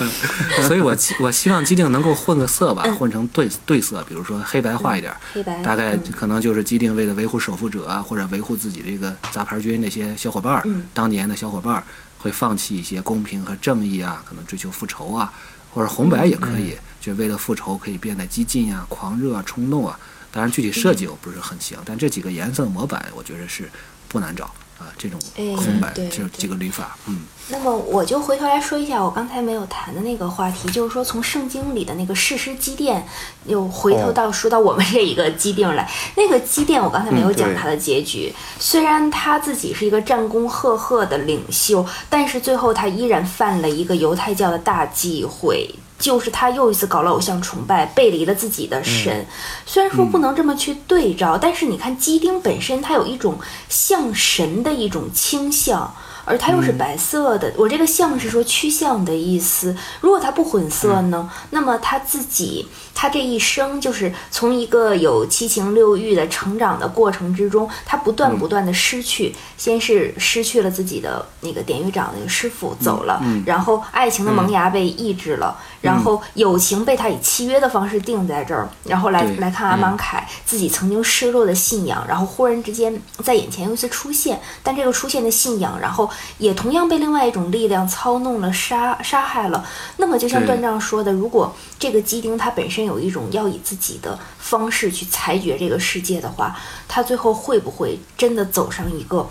B: 所以我希我希望既定能够混个色吧，混成对对色，比如说黑白画一点，
C: 黑白
B: 大概
C: 嗯嗯
B: 可能就是既定为了维护守护者啊，或者维护自己这个杂牌军那些小伙伴儿
C: 嗯，
B: 当年的小伙伴儿会放弃一些公平和正义啊，可能追求复仇啊，或者红白也可以，就为了复仇可以变得激进啊、狂热啊、冲动啊。当然，具体设计
C: 嗯
B: 我不是很行，但这几个颜色模板我觉得是不难找啊。这种
C: 哎
B: 空白，
C: 对
B: 这
C: 对
B: 几个捋法，嗯，
C: 那么我就回头来说一下我刚才没有谈的那个话题，就是说从圣经里的那个事师基甸，又回头到说到我们这一个基定来，那个基甸我刚才没有讲
A: 对
C: 他的结局，虽然他自己是一个战功赫赫的领袖，但是最后他依然犯了一个犹太教的大忌讳。就是他又一次搞了偶像崇拜，背离了自己的神。虽然说不能这么去对照，但是你看基丁本身，他有一种向神的一种倾向，而它又是白色的。我这个像是说趋向的意思。如果它不混色呢，那么他自己他这一生就是从一个有七情六欲的成长的过程之中，他不断不断的失去，先是失去了自己的那个典狱长那个师傅走了，然后爱情的萌芽被抑制了，然后友情被他以契约的方式定在这儿，然后来
B: 对
C: 来看阿芒凯、自己曾经失落的信仰，然后忽然之间在眼前又一次出现，但这个出现的信仰，然后也同样被另外一种力量操弄了、杀杀害了。那么就像
B: 对
C: 段丈说的，如果这个基丁他本身有一种要以自己的方式去裁决这个世界的话，他最后会不会真的走上一个？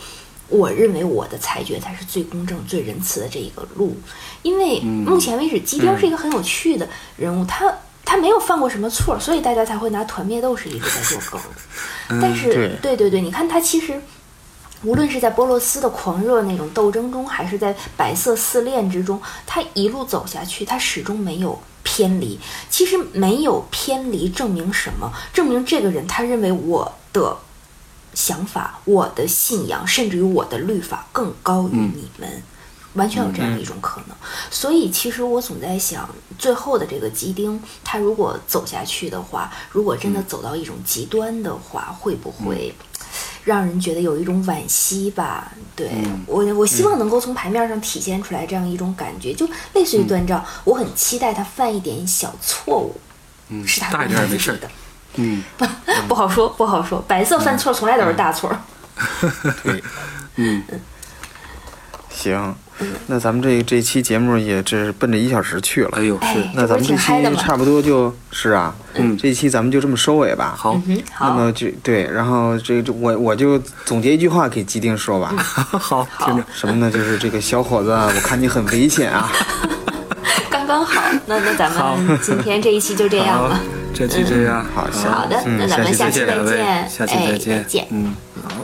C: 我认为我的裁决才是最公正、最仁慈的这一个路，因为目前为止，基丁是一个很有趣的人物，他他没有犯过什么错，所以大家才会拿团灭斗士一直在做梗。但是，
A: 对
C: 对对对，你看他其实无论是在波洛斯的狂热那种斗争中，还是在白色四恋之中，他一路走下去，他始终没有偏离。其实没有偏离，证明什么？证明这个人他认为我的想法、我的信仰，甚至于我的律法更高于你们。完全有这样一种可能，所以其实我总在想，最后的这个基丁，他如果走下去的话，如果真的走到一种极端的话，会不会让人觉得有一种惋惜吧？对、
B: 嗯
C: 我，我希望能够从牌面上体现出来这样一种感觉，就类似于端照，我很期待他犯一点小错误，
B: 嗯
C: 是他
B: 大一点也没事儿
C: 的，
B: 嗯，
C: 不好说，不好说。白色犯错从来都是大错儿。
A: 对，嗯，行，那咱们这这期节目也这是奔着一小时去了。
B: 哎呦，是
C: 哎
A: 那咱们这
C: 这不是挺嗨的
A: 期
C: 吗
A: 差不多就是啊，
B: 嗯
A: 这期咱们就这么收尾吧。
B: 好，
C: 嗯哼，
A: 那
C: 好
A: 么，就对，然后这这我我就总结一句话给基丁说吧，
C: 哎
B: 好，听着，
A: 什么呢？就是这个小伙子，啊我看你很危险啊。
C: 刚刚好。那那咱们今天这一期就这样
B: 好
C: 了。，
B: 这期这样，
A: 好，行，
C: 好的，
A: 嗯
C: 那咱们
A: 期
C: 下
B: 谢
C: 期
B: 谢
C: 再
B: 两位，
C: 见，
B: 下期
C: 哎
B: 再见，
C: 再见。
B: 嗯，好。